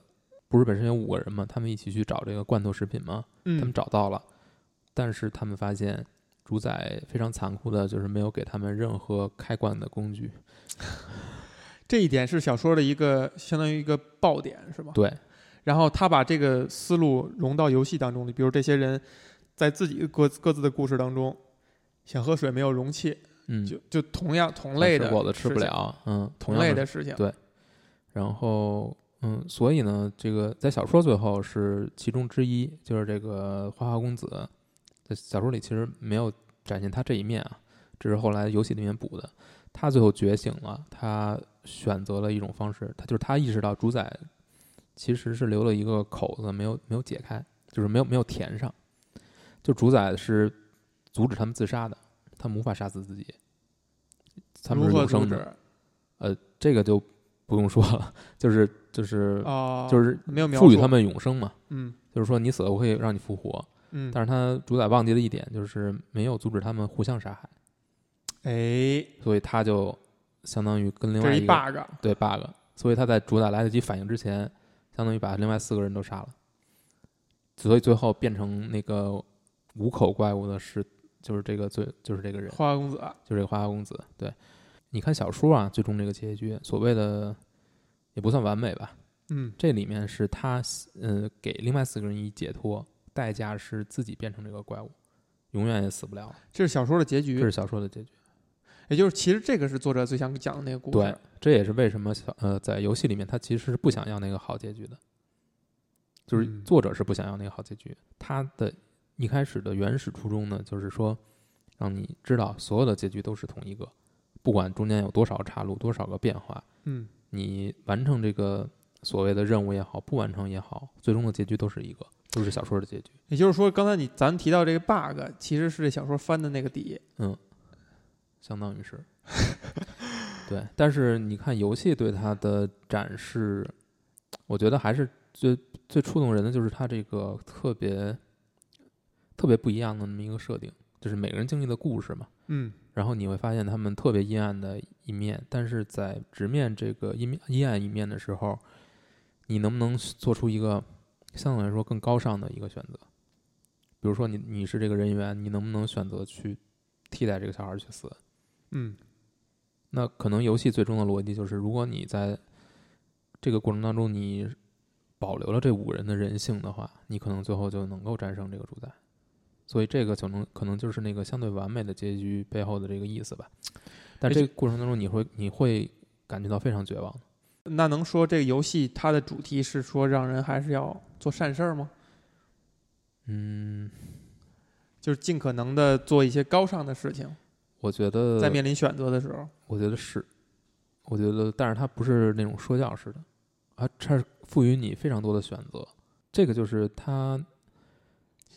B: 不是本身有五个人嘛，他们一起去找这个罐头食品嘛，他们
A: 嗯
B: 找到了，但是他们发现主宰非常残酷的，就是没有给他们任何开罐的工具。
A: 这一点是小说的一个相当于一个爆点是吧？
B: 对，
A: 然后他把这个思路融到游戏当中的，比如这些人在自己各各自的故事当中，想喝水没有容器，
B: 嗯，
A: 就就同样同类的
B: 我的吃
A: 事
B: 不
A: 情，
B: 了，嗯，
A: 同
B: 样
A: 类
B: 是
A: 的事情，
B: 对然后，嗯，所以呢，这个在小说最后是其中之一，就是这个花花公子，在小说里其实没有展现他这一面啊，这是后来游戏里面补的。他最后觉醒了，他选择了一种方式，他就是他意识到主宰其实是留了一个口子，没有没有解开，就是没有没有填上。就主宰是阻止他们自杀的，他们无法杀死自己，他们
A: 如
B: 是
A: 何
B: 永
A: 阻
B: 生
A: 止
B: 者。这个就不用说了，就是就是
A: 啊？
B: 就是
A: 没有描
B: 赋予
A: 述
B: 他，们永生嘛，
A: 嗯
B: 就是说你死了我会让你复活。
A: 嗯，
B: 但是他主宰忘记了一点，就是没有阻止他们互相杀害，
A: 哎，
B: 所以他就相当于跟另
A: 这
B: 外
A: 是
B: 一
A: 一
B: 个
A: bug，
B: 对 bug，所以他在主宰来得及反应之前，相当于把另外四个人都杀了，所以最后变成那个五口怪物的是就是这个最就是这个人。
A: 花花公子，
B: 就是这个花花公子。对，你看小说啊，最终这个结局所谓的也不算完美吧。
A: 嗯
B: 这里面是他呃给另外四个人以解脱，代价是自己变成这个怪物，永远也死不了。
A: 这是小说的结
B: 这
A: 局，
B: 是小说的结局。
A: 也就是其实这个是作者最想讲的那个故事，
B: 对，这也是为什么小呃在游戏里面他其实是不想要那个好结局的，就是
A: 嗯
B: 作者是不想要那个好结局。他的一开始的原始初衷呢，就是说让你知道所有的结局都是同一个，不管中间有多少岔路、多少个变化，
A: 嗯
B: 你完成这个所谓的任务也好，不完成也好，最终的结局都是一个，都是小说的结局。
A: 也就是说，刚才你咱提到这个 bug，其实是这小说翻的那个底，
B: 相当于是。 对，但是你看游戏对它的展示，我觉得还是最最触动人的就是它这个特别特别不一样的那么一个设定，就是每个人经历的故事嘛。
A: 嗯
B: 然后你会发现他们特别阴暗的一面，但是在直面这个阴面阴暗一面的时候，你能不能做出一个相对来说更高尚的一个选择？比如说你你是这个人员，你能不能选择去替代这个小孩去死？
A: 嗯。
B: 那可能游戏最终的逻辑就是，如果你在这个过程当中你保留了这五人的人性的话，你可能最后就能够战胜这个主宰。所以这个可能可能就是那个相对完美的结局背后的这个意思吧。但这个过程当中，你会你会感觉到非常绝望。
A: 那能说这个游戏它的主题是说让人还是要做善事儿吗？
B: 嗯，
A: 就是尽可能的做一些高尚的事情，
B: 我觉得
A: 在面临选择的时候，
B: 我觉得是，我觉得，但是它不是那种说教式的，啊，它是赋予你非常多的选择，这个就是它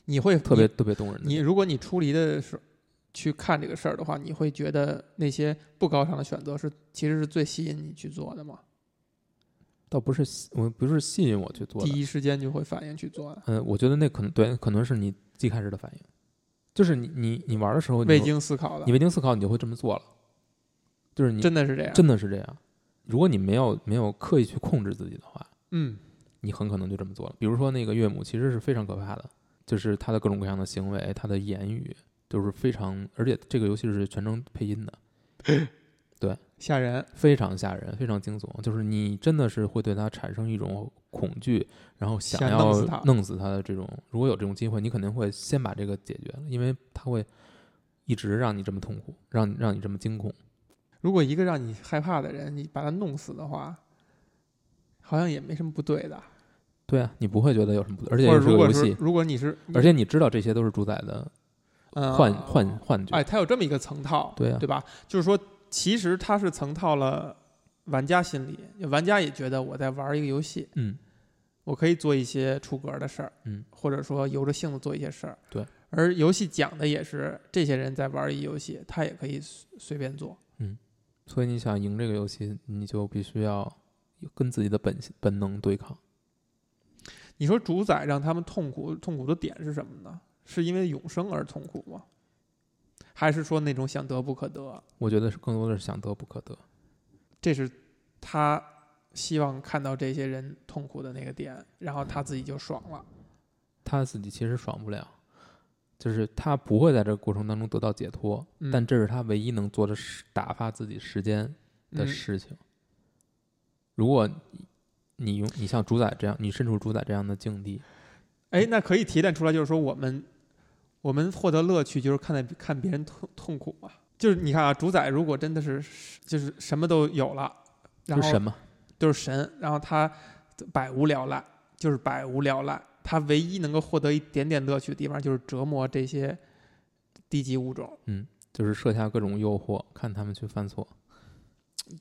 A: 你会
B: 特别特别动人的地方。
A: 你如果你出离的时候去看这个事儿的话，你会觉得那些不高尚的选择是其实是最吸引你去做的嘛？
B: 倒不是吸我不是吸引我去做
A: 第
B: 的，
A: 一时间就会反应去做的，
B: 嗯，我觉得那可能对，可能是你最开始的反应，就是你你你玩的时候你
A: 未
B: 会
A: 经思考
B: 你
A: 的，
B: 未经思考，你就会这么做了，就是你
A: 真的是这样。
B: 真的是这样。如果你没有没有刻意去控制自己的话，
A: 嗯，
B: 你很可能就这么做了。比如说那个岳母其实是非常可怕的，就是她的各种各样的行为，她的言语就是非常，而且这个游戏是全程配音的，
A: 吓人。
B: 非常吓人，非常惊悚。就是你真的是会对她产生一种恐惧，然后想
A: 想
B: 要
A: 弄死她
B: 弄死她的这种。如果有这种机会，你肯定会先把这个解决了，因为她会一直让你这么痛苦，让你让你这么惊恐。
A: 如果一个让你害怕的人，你把他弄死的话，好像也没什么不对的。
B: 对啊，你不会觉得有什么不对，而且
A: 或者
B: 又
A: 如
B: 个
A: 果
B: 游
A: 是
B: 戏，
A: 如果你是
B: 而且你知道这些都是主宰的
A: 嗯
B: 幻、幻幻觉。
A: 哎，它有这么一个层套，
B: 对啊
A: 对吧？就是说，其实它是层套了玩家心理，玩家也觉得我在玩一个游戏，
B: 嗯，
A: 我可以做一些出格的事儿，
B: 嗯，
A: 或者说由着性子做一些事儿，
B: 对。
A: 而游戏讲的也是这些人在玩一游戏，他也可以随随便做，
B: 所以你想赢这个游戏，你就必须要跟自己的本性本能对抗。
A: 你说主宰让他们痛苦，痛苦的点是什么呢？是因为永生而痛苦吗？还是说那种想得不可得？
B: 我觉得是更多的是想得不可得。
A: 这是他希望看到这些人痛苦的那个点，然后他自己就爽了。
B: 他自己其实爽不了，就是他不会在这个过程当中得到解脱，
A: 嗯
B: 但这是他唯一能做的事，打发自己时间的
A: 嗯
B: 事情。如果你你用你像主宰这样，你身处主宰这样的境地，
A: 哎，那可以提炼出来，就是说我们我们获得乐趣就是看在看别人痛痛苦嘛。就是你看啊，主宰如果真的是就是什么都有了，然
B: 是
A: 后
B: 什么？
A: 就是神，然后他百无聊赖，就是百无聊赖。他唯一能够获得一点点乐趣的地方，就是折磨这些低级物种，
B: 就是设下各种诱惑，看他们去犯错。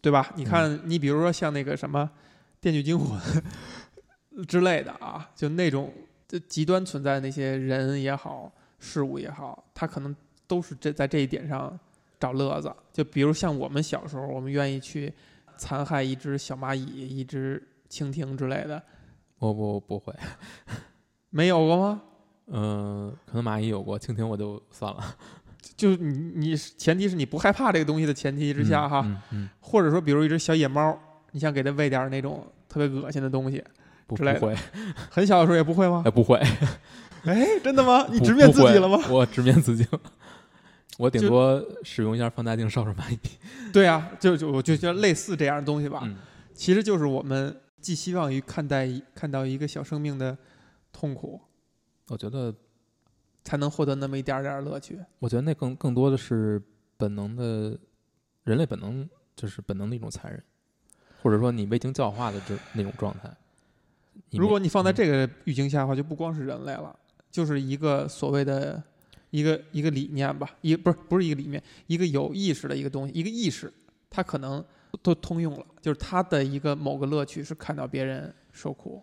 A: 对吧？
B: 嗯
A: 你看，你比如说像那个什么《电锯惊魂》 之类的啊，就那种就极端存在的那些人也好，事物也好，他可能都是这在这一点上找乐子。就比如像我们小时候，我们愿意去残害一只小蚂蚁、一只蜻蜓之类的，
B: 我我我不会，
A: 没有过吗？
B: 嗯、可能蚂蚁有过，蜻蜓我就算了。
A: 就是你你前提是你不害怕这个东西的前提之下哈，
B: 嗯嗯嗯
A: 或者说比如一只小野猫，你想给它喂点儿那种特别恶心的东西，
B: 不
A: 之
B: 不
A: 类的
B: 会，
A: 很小的时候也不会吗？
B: 哎不会，
A: 哎，真的 吗？你
B: 不
A: 直面自己了？
B: 不
A: 吗？
B: 会我直面自己了，我顶
A: 就
B: 多使用一下放大镜照射蚂蚁。
A: 对啊，就就我就觉得类似这样的东西吧，
B: 嗯，
A: 其实就是我们寄希望于看待看到一个小生命的痛苦，
B: 我觉得，
A: 才能获得那么一点点儿乐趣。
B: 我觉得那更更多的是本能的，人类本能就是本能的一种残忍，或者说你未经教化的这那种状态。你没
A: 如果你放在
B: 嗯
A: 这个语境下的话，就不光是人类了，就是一个所谓的一个一个理念吧，一不是不是一个理念，一个有意识的一个东西，一个意识，它可能都通用了，就是它的一个某个乐趣是看到别人受苦。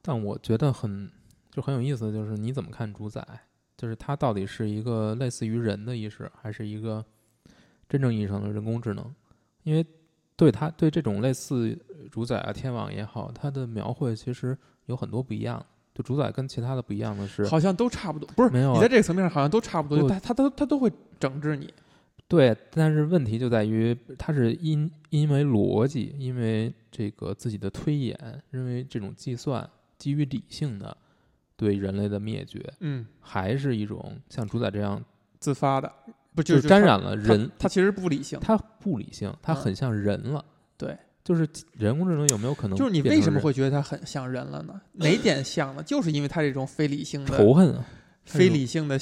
B: 但我觉得很就很有意思，就是你怎么看主宰？就是它到底是一个类似于人的意识，还是一个真正意义上的人工智能？因为对它对这种类似主宰啊、天网也好，它的描绘其实有很多不一样。就主宰跟其他的不一样的是，
A: 好像都差不多，不是
B: 没有啊
A: 你在这个层面上好像都差不多，就
B: 不
A: 他他都他都会整治你，
B: 对，但是问题就在于它是因因为逻辑，因为这个自己的推演，因为这种计算基于理性的对人类的灭绝，
A: 嗯，
B: 还是一种像主宰这样
A: 自发的，不
B: 就
A: 就是
B: 沾染了人，
A: 他其实不理性，
B: 它不理性，它
A: 嗯
B: 很像人了。
A: 对，
B: 就是人工智能有没有可能
A: 就是你
B: 变
A: 为什
B: 成
A: 么
B: 人
A: 会觉得他很像人了呢？哪点像呢？就是因为他这种非理性的
B: 仇恨啊？
A: 非理性的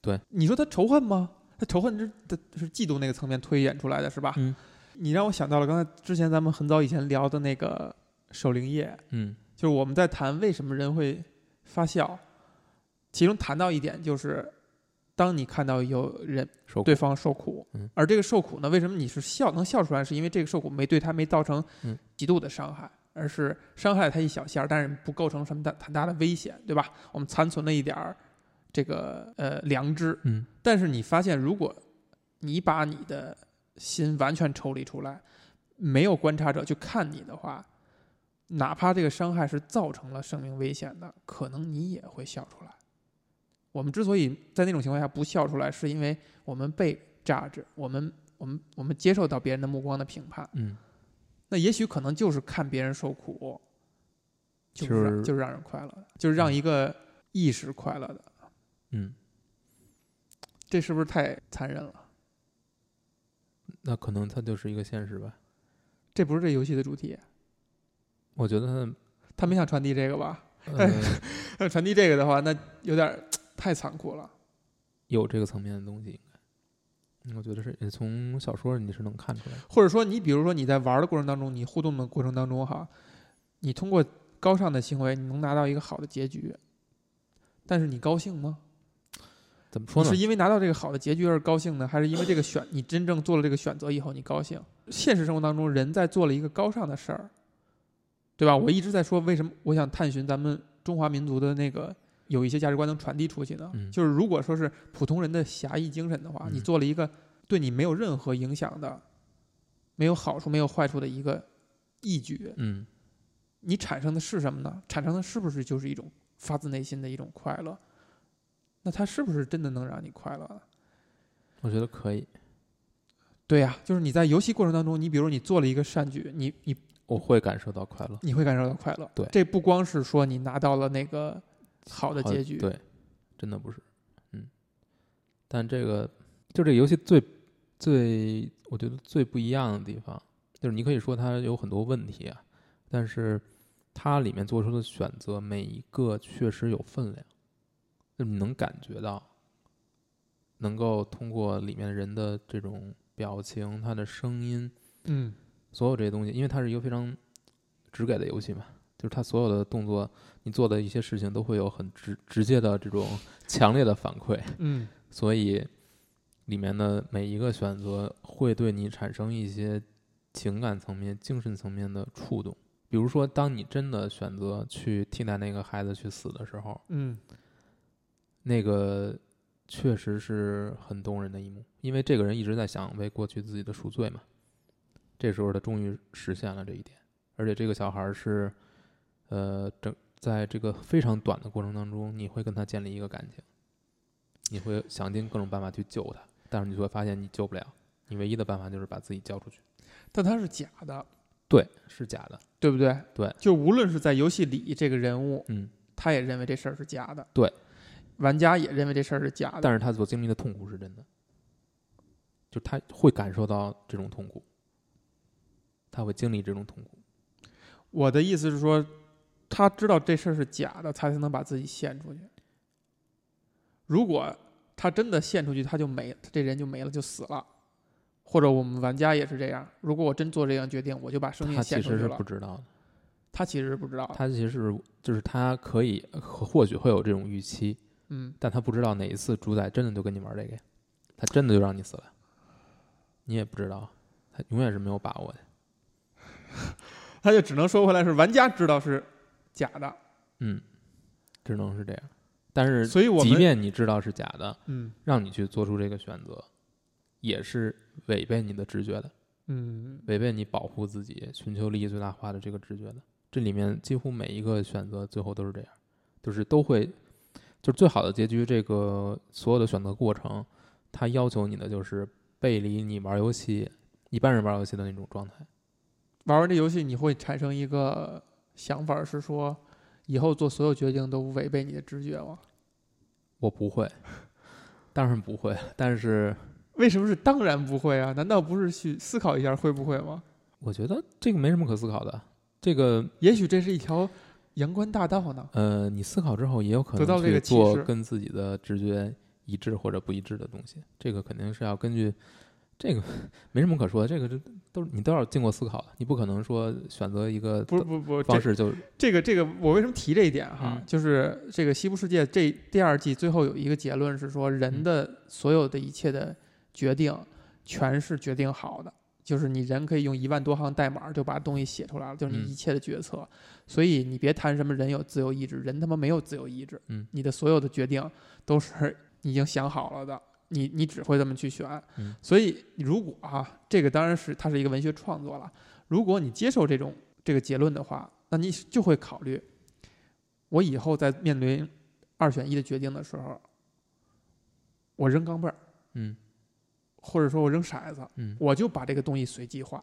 B: 对，
A: 你说他仇恨吗？他仇恨是他是嫉妒那个层面推演出来的，是吧？
B: 嗯
A: 你让我想到了刚才之前咱们很早以前聊的那个守灵夜，
B: 嗯
A: 就是我们在谈为什么人会发笑，其中谈到一点就是，当你看到有人
B: 受苦
A: 对方受苦，
B: 嗯
A: 而这个受苦呢，为什么你是笑能笑出来，是因为这个受苦没对他没造成
B: 嗯
A: 极度的伤害，而是伤害了他一小下儿，但是不构成什么大很大的危险，对吧？我们残存了一点儿这个呃良知，
B: 嗯
A: 但是你发现，如果你把你的心完全抽离出来，没有观察者去看你的话，哪怕这个伤害是造成了生命危险的，可能你也会笑出来。我们之所以在那种情况下不笑出来，是因为我们被榨制，我们我们我们接受到别人的目光的评判。
B: 嗯，
A: 那也许可能就是看别人受苦，就
B: 就是
A: 让
B: 是
A: 就是让人快乐的，就是让一个意识快乐的。
B: 嗯，
A: 这是不是太残忍了？
B: 那可能它就是一个现实吧。
A: 这不是这游戏的主题，
B: 我觉得
A: 他没想传递这个吧？
B: 它、
A: 哎
B: 呃、
A: 要传递这个的话，那有点儿太残酷了。
B: 有这个层面的东西，应该，嗯我觉得是也从小说你是能看出来的。
A: 或者说，你比如说你在玩儿的过程当中，你互动的过程当中哈，你通过高尚的行为，你能拿到一个好的结局，但是你高兴吗？
B: 怎么说
A: 你
B: 呢
A: 是？因为拿到这个好的结局而高兴呢，还是因为这个选你真正做了这个选择以后你高兴？现实生活当中，人在做了一个高尚的事儿，对吧？我一直在说，为什么我想探寻咱们中华民族的那个有一些价值观能传递出去呢？
B: 嗯
A: 就是如果说是普通人的侠义精神的话，
B: 嗯
A: 你做了一个对你没有任何影响的、没有好处、没有坏处的一个义举，
B: 嗯
A: 你产生的是什么呢？产生的是不是就是一种发自内心的一种快乐？那它是不是真的能让你快乐呢？
B: 我觉得可以，
A: 对呀、就是你在游戏过程当中，你比如你做了一个善举，你你
B: 我会感受到快乐。
A: 你会感受到快乐。
B: 对
A: 这不光是说你拿到了那个好的
B: 好
A: 结局，
B: 对，真的不是，嗯。但这个就这个游戏最最，我觉得最不一样的地方，就是你可以说它有很多问题啊，但是它里面做出的选择，每一个确实有分量，就你能感觉到，能够通过里面人的这种表情、他的声音，
A: 嗯，
B: 所有这些东西，因为它是一个非常直给的游戏嘛，就是它所有的动作，你做的一些事情都会有很直直接的这种强烈的反馈，
A: 嗯，
B: 所以里面的每一个选择会对你产生一些情感层面、精神层面的触动。比如说，当你真的选择去替代那个孩子去死的时候，
A: 嗯，
B: 那个确实是很动人的一幕，因为这个人一直在想为过去自己的赎罪嘛。这时候他终于实现了这一点，而且这个小孩儿是，呃，整在这个非常短的过程当中，你会跟他建立一个感情，你会想尽各种办法去救他，但是你就会发现你救不了，你唯一的办法就是把自己交出去。
A: 但它是假的，
B: 对，是假的，
A: 对不对？
B: 对，
A: 就无论是在游戏里这个人物，
B: 嗯，
A: 他也认为这事儿是假的，
B: 对，
A: 玩家也认为这事儿是假的，
B: 但是他所经历的痛苦是真的，就他会感受到这种痛苦，他会经历这种痛苦。
A: 我的意思是说，他知道这事儿是假的，他才能把自己献出去。如果他真的献出去，他就没，他这人就没了，就死了。或者我们玩家也是这样，如果我真做这样决定，我就把生命
B: 他
A: 献
B: 其
A: 出去
B: 实是
A: 了啊
B: 不。知道的，
A: 他其实是不知道的，
B: 他其实是就是他可以或或许会有这种预期，
A: 嗯，
B: 但他不知道哪一次主宰真的就跟你玩这个呀，他真的就让你死了，你也不知道，他永远是没有把握的。
A: 他就只能说回来是玩家知道是假的，
B: 嗯，只能是这样。但是，
A: 所以我
B: 即
A: 们
B: 便你知道是假的，
A: 嗯
B: 让你去做出这个选择，也是违背你的直觉的。
A: 嗯
B: 违背你保护自己、寻求利益最大化的这个直觉的。这里面几乎每一个选择最后都是这样，就是都会，就是最好的结局。这个所有的选择过程，它要求你的就是背离你玩游戏一般人玩游戏的那种状态。
A: 玩完这游戏你会产生一个想法是说，以后做所有决定都违背你的直觉吗？
B: 我不会，当然不会，但是
A: 为什么是当然不会啊？难道不是去思考一下会不会吗？
B: 我觉得这个没什么可思考的。这个
A: 也许这是一条阳关大道呢。
B: 呃，你思考之后也有可
A: 得到
B: 能
A: 这个
B: 去
A: 启
B: 做
A: 示
B: 跟自己的直觉一致或者不一致的东西。这个肯定是要根据这个没什么可说，这个这都是你都要经过思考的，你不可能说选择一个
A: 不是不不，
B: 方
A: 这
B: 式就
A: 这个这个，我为什么提这一点哈？
B: 嗯
A: 就是这个《西部世界》这第二季最后有一个结论是说，
B: 嗯
A: 人的所有的一切的决定，全是决定好的。就是你人可以用一万多行代码就把东西写出来了，就是你
B: 嗯
A: 一切的决策。所以你别谈什么人有自由意志，人他妈没有自由意志。
B: 嗯
A: 你的所有的决定都是你已经想好了的，你你只会这么去选。
B: 嗯
A: 所以如果啊，这个当然是它是一个文学创作了。如果你接受这种这个结论的话，那你就会考虑，我以后在面对二选一的决定的时候，我扔钢镚儿，
B: 嗯
A: 或者说我扔骰子，
B: 嗯
A: 我就把这个东西随机化，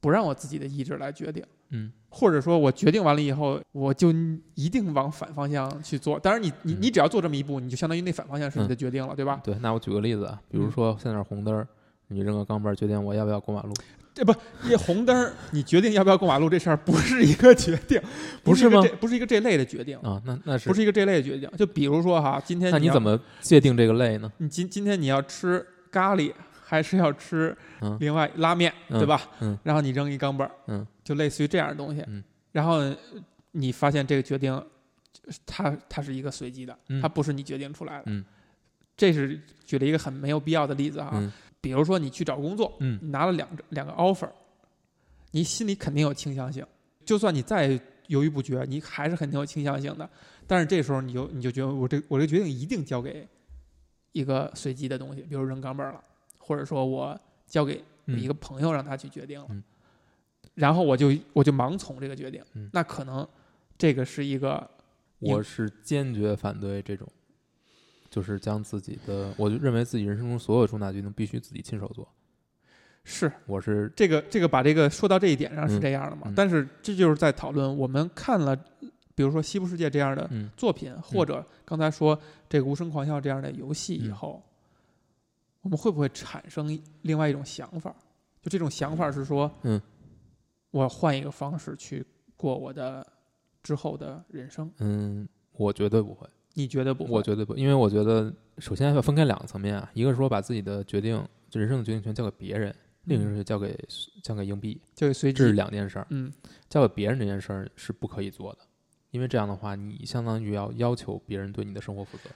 A: 不让我自己的意志来决定。
B: 嗯
A: 或者说我决定完了以后，我就一定往反方向去做。当然你，你你
B: 嗯
A: 只要做这么一步，你就相当于那反方向是你的决定了，对吧？
B: 对。那我举个例子啊，比
A: 嗯
B: 如说现在是红灯儿，你扔个钢镚儿决定我要不要过马路，
A: 这不，
B: 嗯
A: 这红灯儿，你决定要不要过马路这事儿不是一个决定，
B: 不
A: 是一个
B: 是吗
A: 这不是一个这类的决定，
B: 啊，那那是
A: 不是一个这类的决定。就比如说哈，今天
B: 那你
A: 要
B: 怎么界定这个类呢？
A: 你今今天你要吃咖喱还是要吃
B: 嗯
A: 另外拉面，
B: 嗯
A: 对吧？
B: 嗯
A: 然后你扔一钢镚儿，
B: 嗯
A: 就类似于这样的东西。
B: 嗯
A: 然后呃你发现这个决定，它它是一个随机的，
B: 嗯
A: 它不是你决定出来的。
B: 嗯
A: 这是举了一个很没有必要的例子啊。
B: 嗯
A: 比如说你去找工作，
B: 嗯
A: 你拿了两个两个 offer，你心里肯定有倾向性，就算你再犹豫不决，你还是肯定有倾向性的。但是这时候你就你就觉得我这我这决定一定交给一个随机的东西，比如扔钢镚儿了，或者说我交给
B: 嗯
A: 一个朋友让他去决定了，
B: 嗯
A: 然后我就我就盲从这个决定，
B: 嗯
A: 那可能这个是一个
B: 我是坚决反对这种，就是将自己的，我就认为自己人生中所有重大决定必须自己亲手做。
A: 是
B: 我是
A: 这个这个把这个说到这一点上是这样的嘛？
B: 嗯嗯
A: 但是这就是在讨论我们看了，比如说《西部世界》这样的
B: 嗯
A: 作品，或者刚才说这个《无声狂笑》这样的游戏以
B: 嗯
A: 后，我们会不会产生另外一种想法？就这种想法是说，
B: 嗯，
A: 我换一个方式去过我的之后的人生。
B: 嗯，我绝对不会，
A: 你觉得不会？
B: 我绝对不，因为我觉得首先要分开两个层面啊，一个是说把自己的决定，就人生的决定权交给别人，另一
A: 嗯
B: 个是交给交给硬币，
A: 就是随
B: 这是
A: 机，
B: 两件事儿。
A: 嗯，
B: 交给别人这件事儿是不可以做的，因为这样的话，你相当于要要求别人对你的生活负责。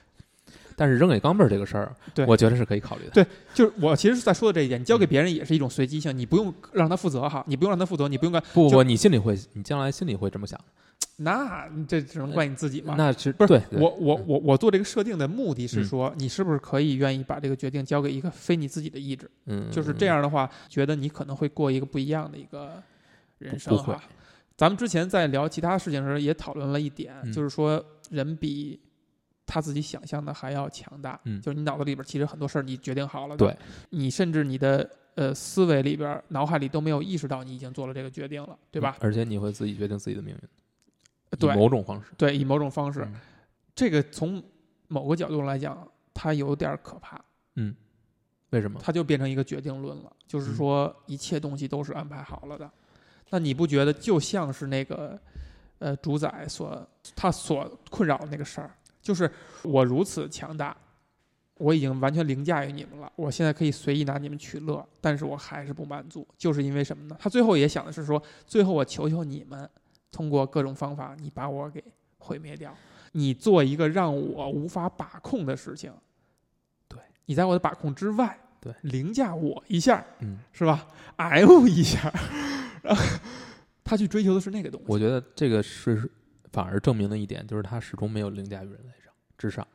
B: 但是扔给钢镚儿这个事儿
A: 对，
B: 我觉得是可以考虑的。
A: 对就是我其实是在说的这一点，你交给别人也是一种随机
B: 嗯
A: 性，你不用让他负责哈，你不用让他负责，你不用干，
B: 不
A: 就
B: 不，你心里会，你将来心里会这么想。
A: 那这只能怪你自己嘛。
B: 那是
A: 不是
B: 对对
A: 我我我我做这个设定的目的是
B: 嗯
A: 说，你是不是可以愿意把这个决定交给一个非你自己的意志？
B: 嗯，
A: 就是这样的话，觉得你可能会过一个不一样的一个人生
B: 不不会
A: 哈。咱们之前在聊其他事情的时候也讨论了一点，
B: 嗯
A: 就是说人比他自己想象的还要强大。
B: 嗯
A: 就是你脑子里边其实很多事儿你决定好了的，
B: 对
A: 你甚至你的呃思维里边、脑海里都没有意识到你已经做了这个决定了，对吧？
B: 嗯而且你会自己决定自己的命运，以
A: 对
B: 某种方式
A: 对，以某种方式，
B: 嗯
A: 这个从某个角度来讲，它有点儿可怕，
B: 为什么？
A: 它就变成一个决定论了，就是说一切东西都是安排好了的。那你不觉得就像是那个呃主宰所他所困扰的那个事儿，就是我如此强大，我已经完全凌驾于你们了，我现在可以随意拿你们取乐，但是我还是不满足，就是因为什么呢？他最后也想的是说，最后我求求你们，通过各种方法，你把我给毁灭掉，你做一个让我无法把控的事情，
B: 对
A: 你在我的把控之外，
B: 对
A: 凌驾我一下，
B: 嗯，
A: 是 吧？M 一下， 然后他去追求的是那个东西，
B: 我觉得这个是反而证明了一点，就是他始终没有凌驾于人类上之上，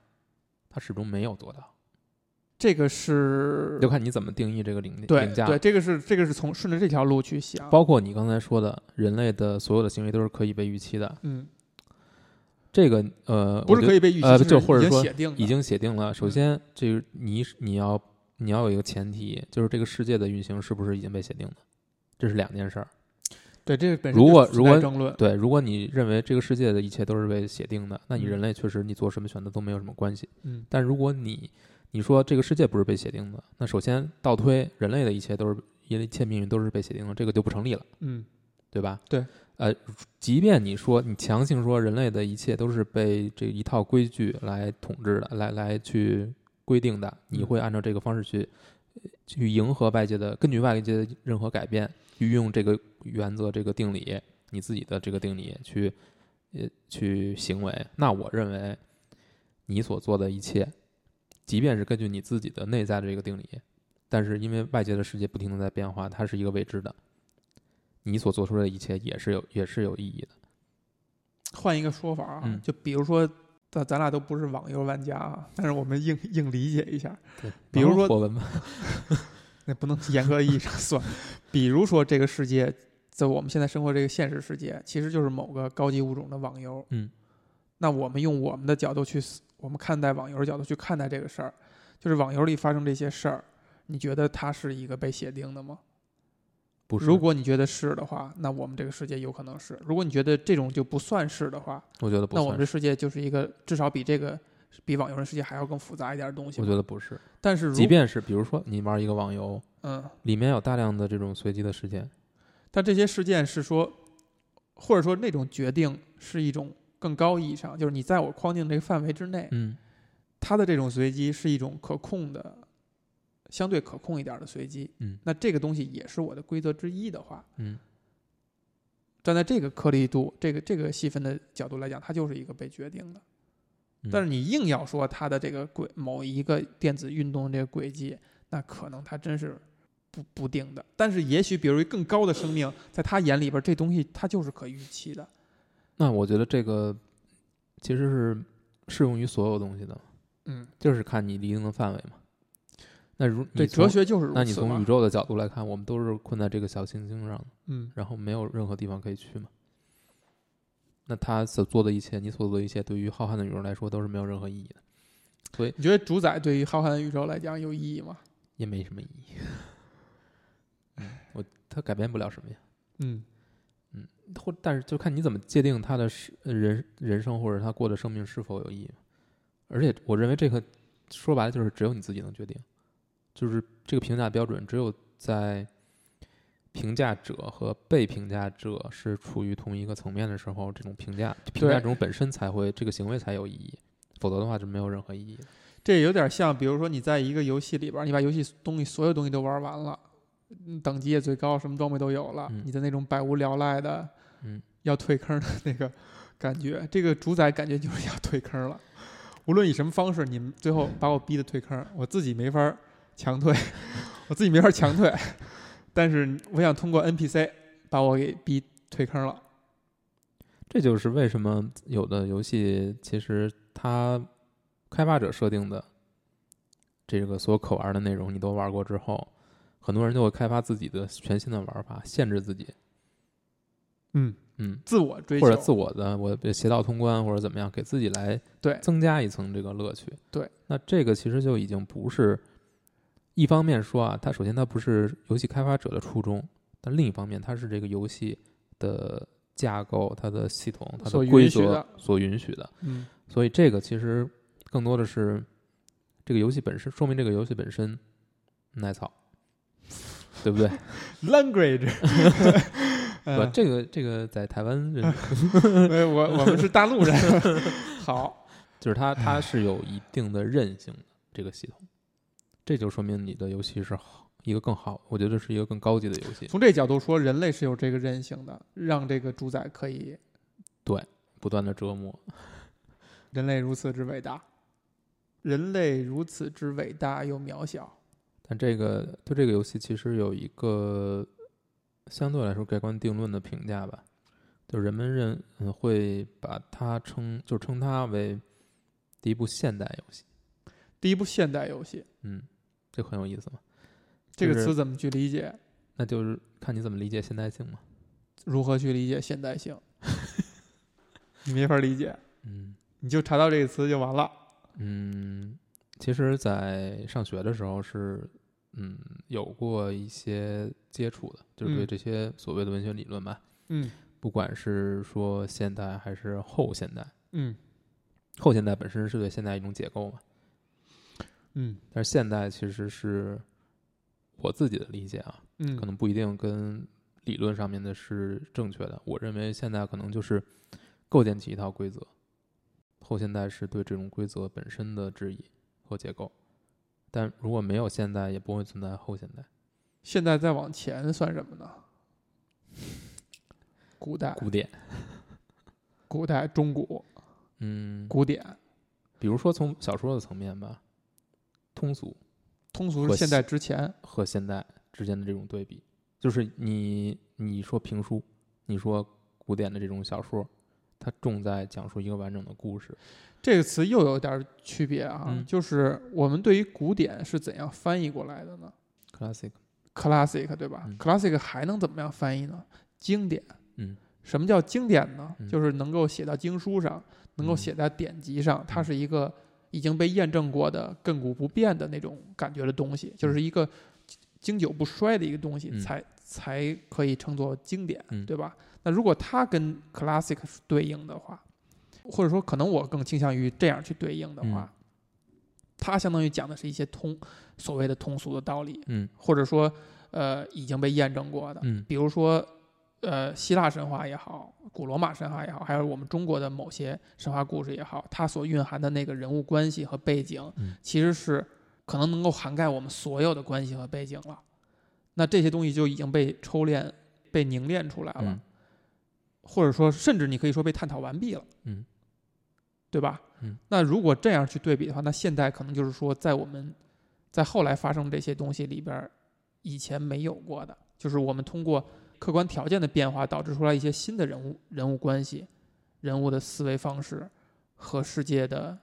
B: 他始终没有做到。
A: 这个是
B: 就看你怎么定义这个凌
A: 对
B: 凌驾。
A: 对，这个是这个是从顺着这条路去想，
B: 包括你刚才说的，人类的所有的行为都是可以被预期的。
A: 嗯，
B: 这个呃，
A: 不是
B: 以
A: 可以被预期，
B: 呃
A: 是
B: 就或者
A: 已经
B: 说
A: 写定的
B: 已经写定了。首先，这个你你要你要有一个前提，就是这个世界的运行是不是已经被写定了，这是两件事儿。
A: 对这个本身
B: 如
A: 就
B: 果
A: 存
B: 如
A: 在
B: 果
A: 争论，
B: 对，如果你认为这个世界的一切都是被写定的，那你
A: 嗯
B: 人类确实你做什么选择都没有什么关系。
A: 嗯
B: 但如果你你说这个世界不是被写定的，那首先倒推人类的一切都是一切命运都是被写定的，这个就不成立了，
A: 嗯
B: 对吧？
A: 对，
B: 呃，即便你说你强行说人类的一切都是被这一套规矩来统治的，来来去规定的，你会按照这个方式去去迎合外界的，根据外界的任何改变，去运用这个原则、这个定理，你自己的这个定理去呃去行为。那我认为你所做的一切，即便是根据你自己的内在的这个定理，但是因为外界的世界不停的在变化，它是一个未知的，你所做出的一切也是有也是有意义的。
A: 换一个说法啊，
B: 嗯
A: 就比如说，咱咱俩都不是网游玩家啊，但是我们硬硬理解一下，
B: 对，
A: 比如说
B: 火文吧，
A: 那不能严格意 义上算。比如说这个世界，在我们现在生活这个现实世界，其实就是某个高级物种的网游。
B: 嗯，
A: 那我们用我们的角度去思，我们看待网游的角度去看待这个事儿，就是网游里发生这些事儿，你觉得它是一个被写定的吗？
B: 不是，
A: 如果你觉得是的话，那我们这个世界有可能是；如果你觉得这种就不算是的话，
B: 我觉得不
A: 那我
B: 算
A: 们
B: 是
A: 这，世界就是一个至少比这个比网游的世界还要更复杂一点的东西
B: 我
A: 吧。
B: 觉得不是。
A: 但是如
B: 即便是比如说你玩一个网游，
A: 嗯，
B: 里面有大量的这种随机的事件，
A: 但这些事件是说，或者说那种决定是一种更高意义上，就是你在我框定这个范围之内，
B: 嗯，
A: 它的这种随机是一种可控的，相对可控一点的随机。
B: 嗯
A: 那这个东西也是我的规则之一的话，
B: 嗯，
A: 站在这个颗粒度、这个这个细分的角度来讲，它就是一个被决定的。
B: 嗯
A: 但是你硬要说它的这个轨某一个电子运动的这个轨迹，那可能它真是不不定的。但是也许，比如一更高的生命，在他眼里边，这东西它就是可预期的。
B: 那我觉得这个其实是适用于所有东西的，
A: 嗯，
B: 就是看你厘定的范围嘛。那如
A: 对，
B: 你从
A: 哲，学就是如此嘛。
B: 那你从宇宙的角度来看，我们都是困在这个小行星上的，
A: 嗯，
B: 然后没有任何地方可以去嘛。那他所做的一切，你所做的一切，对于浩瀚的宇宙来说都是没有任何意义的，
A: 你觉得主宰对于浩瀚的宇宙来讲有意义吗？
B: 也没什么意义。嗯， 我他改变不了什么呀。
A: 嗯，
B: 或但是就看你怎么界定他的是呃人人生或者他过的生命是否有意义。而且我认为这个说白了就是只有你自己能决定，就是这个评价标准只有在评价者和被评价者是处于同一个层面的时候，这种评价评价这种本身才会这个行为才有意义，否则的话就没有任何意义。
A: 这有点像，比如说你在一个游戏里边，你把游戏东西所有东西都玩完了，嗯等级也最高，什么装备都有了，
B: 嗯
A: 你的那种百无聊赖的，
B: 嗯，
A: 要退坑的那个感觉，这个主宰感觉就是要退坑了。无论以什么方式，你们最后把我逼得退坑，我自己没法儿强退， 我自己没法儿强退， 但是我想通过 NPC 把我给逼退坑了。
B: 这就是为什么有的游戏其实它开发者设定的这个所有可玩的内容你都玩过之后，很多人就会开发自己的全新的玩法，限制自己，
A: 嗯，
B: 嗯，
A: 自我追求
B: 或者自我的我邪道通关或者怎么样，给自己来
A: 对
B: 增加一层这个乐趣。
A: 对，
B: 那这个其实就已经不是一方面说啊，它首先它不是游戏开发者的初衷，但另一方面它是这个游戏的架构、它的系统、它
A: 所
B: 的
A: 允
B: 规
A: 许
B: 则
A: 的
B: 所允许的。
A: 嗯
B: 所以这个其实更多的是这个游戏本身，说明这个游戏本身耐操，对不对？
A: language，
B: 对吧？这个这个在台湾人
A: 哎嗯 我我们是大陆人，好，
B: 就是它它是有一定的韧性的这个系统，这就说明你的游戏是好一个更好，我觉得是一个更高级的游戏，
A: 从这角度说，人类是有这个韧性的，让这个主宰可以，
B: 不断的折磨。
A: 人类如此之伟大，人类如此之伟大又渺小，
B: 但这个对这个游戏其实有一个相对来说盖棺定论的评价吧，就人们认嗯会把它称就称它为第一部现代游戏，
A: 第一部现代游戏，
B: 嗯，这很有意思嘛。
A: 这个
B: 就是
A: 词怎么去理解？
B: 那就是看你怎么理解现代性嘛。
A: 如何去理解现代性？ 你没法理解，
B: 嗯
A: 你就查到这个词就完了。
B: 嗯，其实，在上学的时候是嗯有过一些接触的，就是对
A: 嗯
B: 这些所谓的文学理论吧，
A: 嗯
B: 不管是说现代还是后现代，
A: 嗯
B: 后现代本身是对现代一种解构嘛，
A: 嗯
B: 但是现代其实是我自己的理解啊，
A: 嗯，
B: 可能不一定跟理论上面的是正确的。我认为现代可能就是构建起一套规则，后现代是对这种规则本身的质疑和解构。但如果没有现代，也不会存在后现代。
A: 现在再往前算什么呢？古代、
B: 啊古典，
A: 古代、中古、
B: 嗯，
A: 古典、
B: 比如说从小说的层面吧，通俗
A: 通俗
B: 和
A: 是现代之前，
B: 和现代之间的这种对比，就是你你说评书，你说古典的这种小说，它重在讲述一个完整的故事。
A: 这个词又有点儿区别啊，
B: 嗯
A: 就是我们对于古典是怎样翻译过来的呢
B: classic，
A: ？classic 对吧、
B: 嗯
A: c l a s s i c 还能怎么样翻译呢？经典。
B: 嗯，
A: 什么叫经典呢？
B: 嗯
A: 就是能够写到经书上，能够
B: 嗯
A: 写在典籍上，它是一个已经被验证过的亘古不变的那种感觉的东西，就是一个经久不衰的一个东西，
B: 嗯
A: 才才可以称作经典，
B: 嗯
A: 对吧？那如果它跟 classic 是对应的话，或者说可能我更倾向于这样去对应的
B: 嗯
A: 话，它相当于讲的是一些通所谓的通俗的道理，
B: 嗯
A: 或者说呃已经被验证过的，
B: 嗯
A: 比如说，呃，希腊神话也好，古罗马神话也好，还有我们中国的某些神话故事也好，它所蕴含的那个人物关系和背景，
B: 嗯
A: 其实是可能能够涵盖我们所有的关系和背景了。那这些东西就已经被抽炼、被凝练出来了，
B: 嗯
A: 或者说，甚至你可以说被探讨完毕了，
B: 嗯，
A: 对吧？
B: 嗯，
A: 那如果这样去对比的话，那现代可能就是说，在我们在后来发生这些东西里边儿，以前没有过的，就是我们通过客观条件的变化，导致出来一些新的人物、人物关系、人物的思维方式和世界的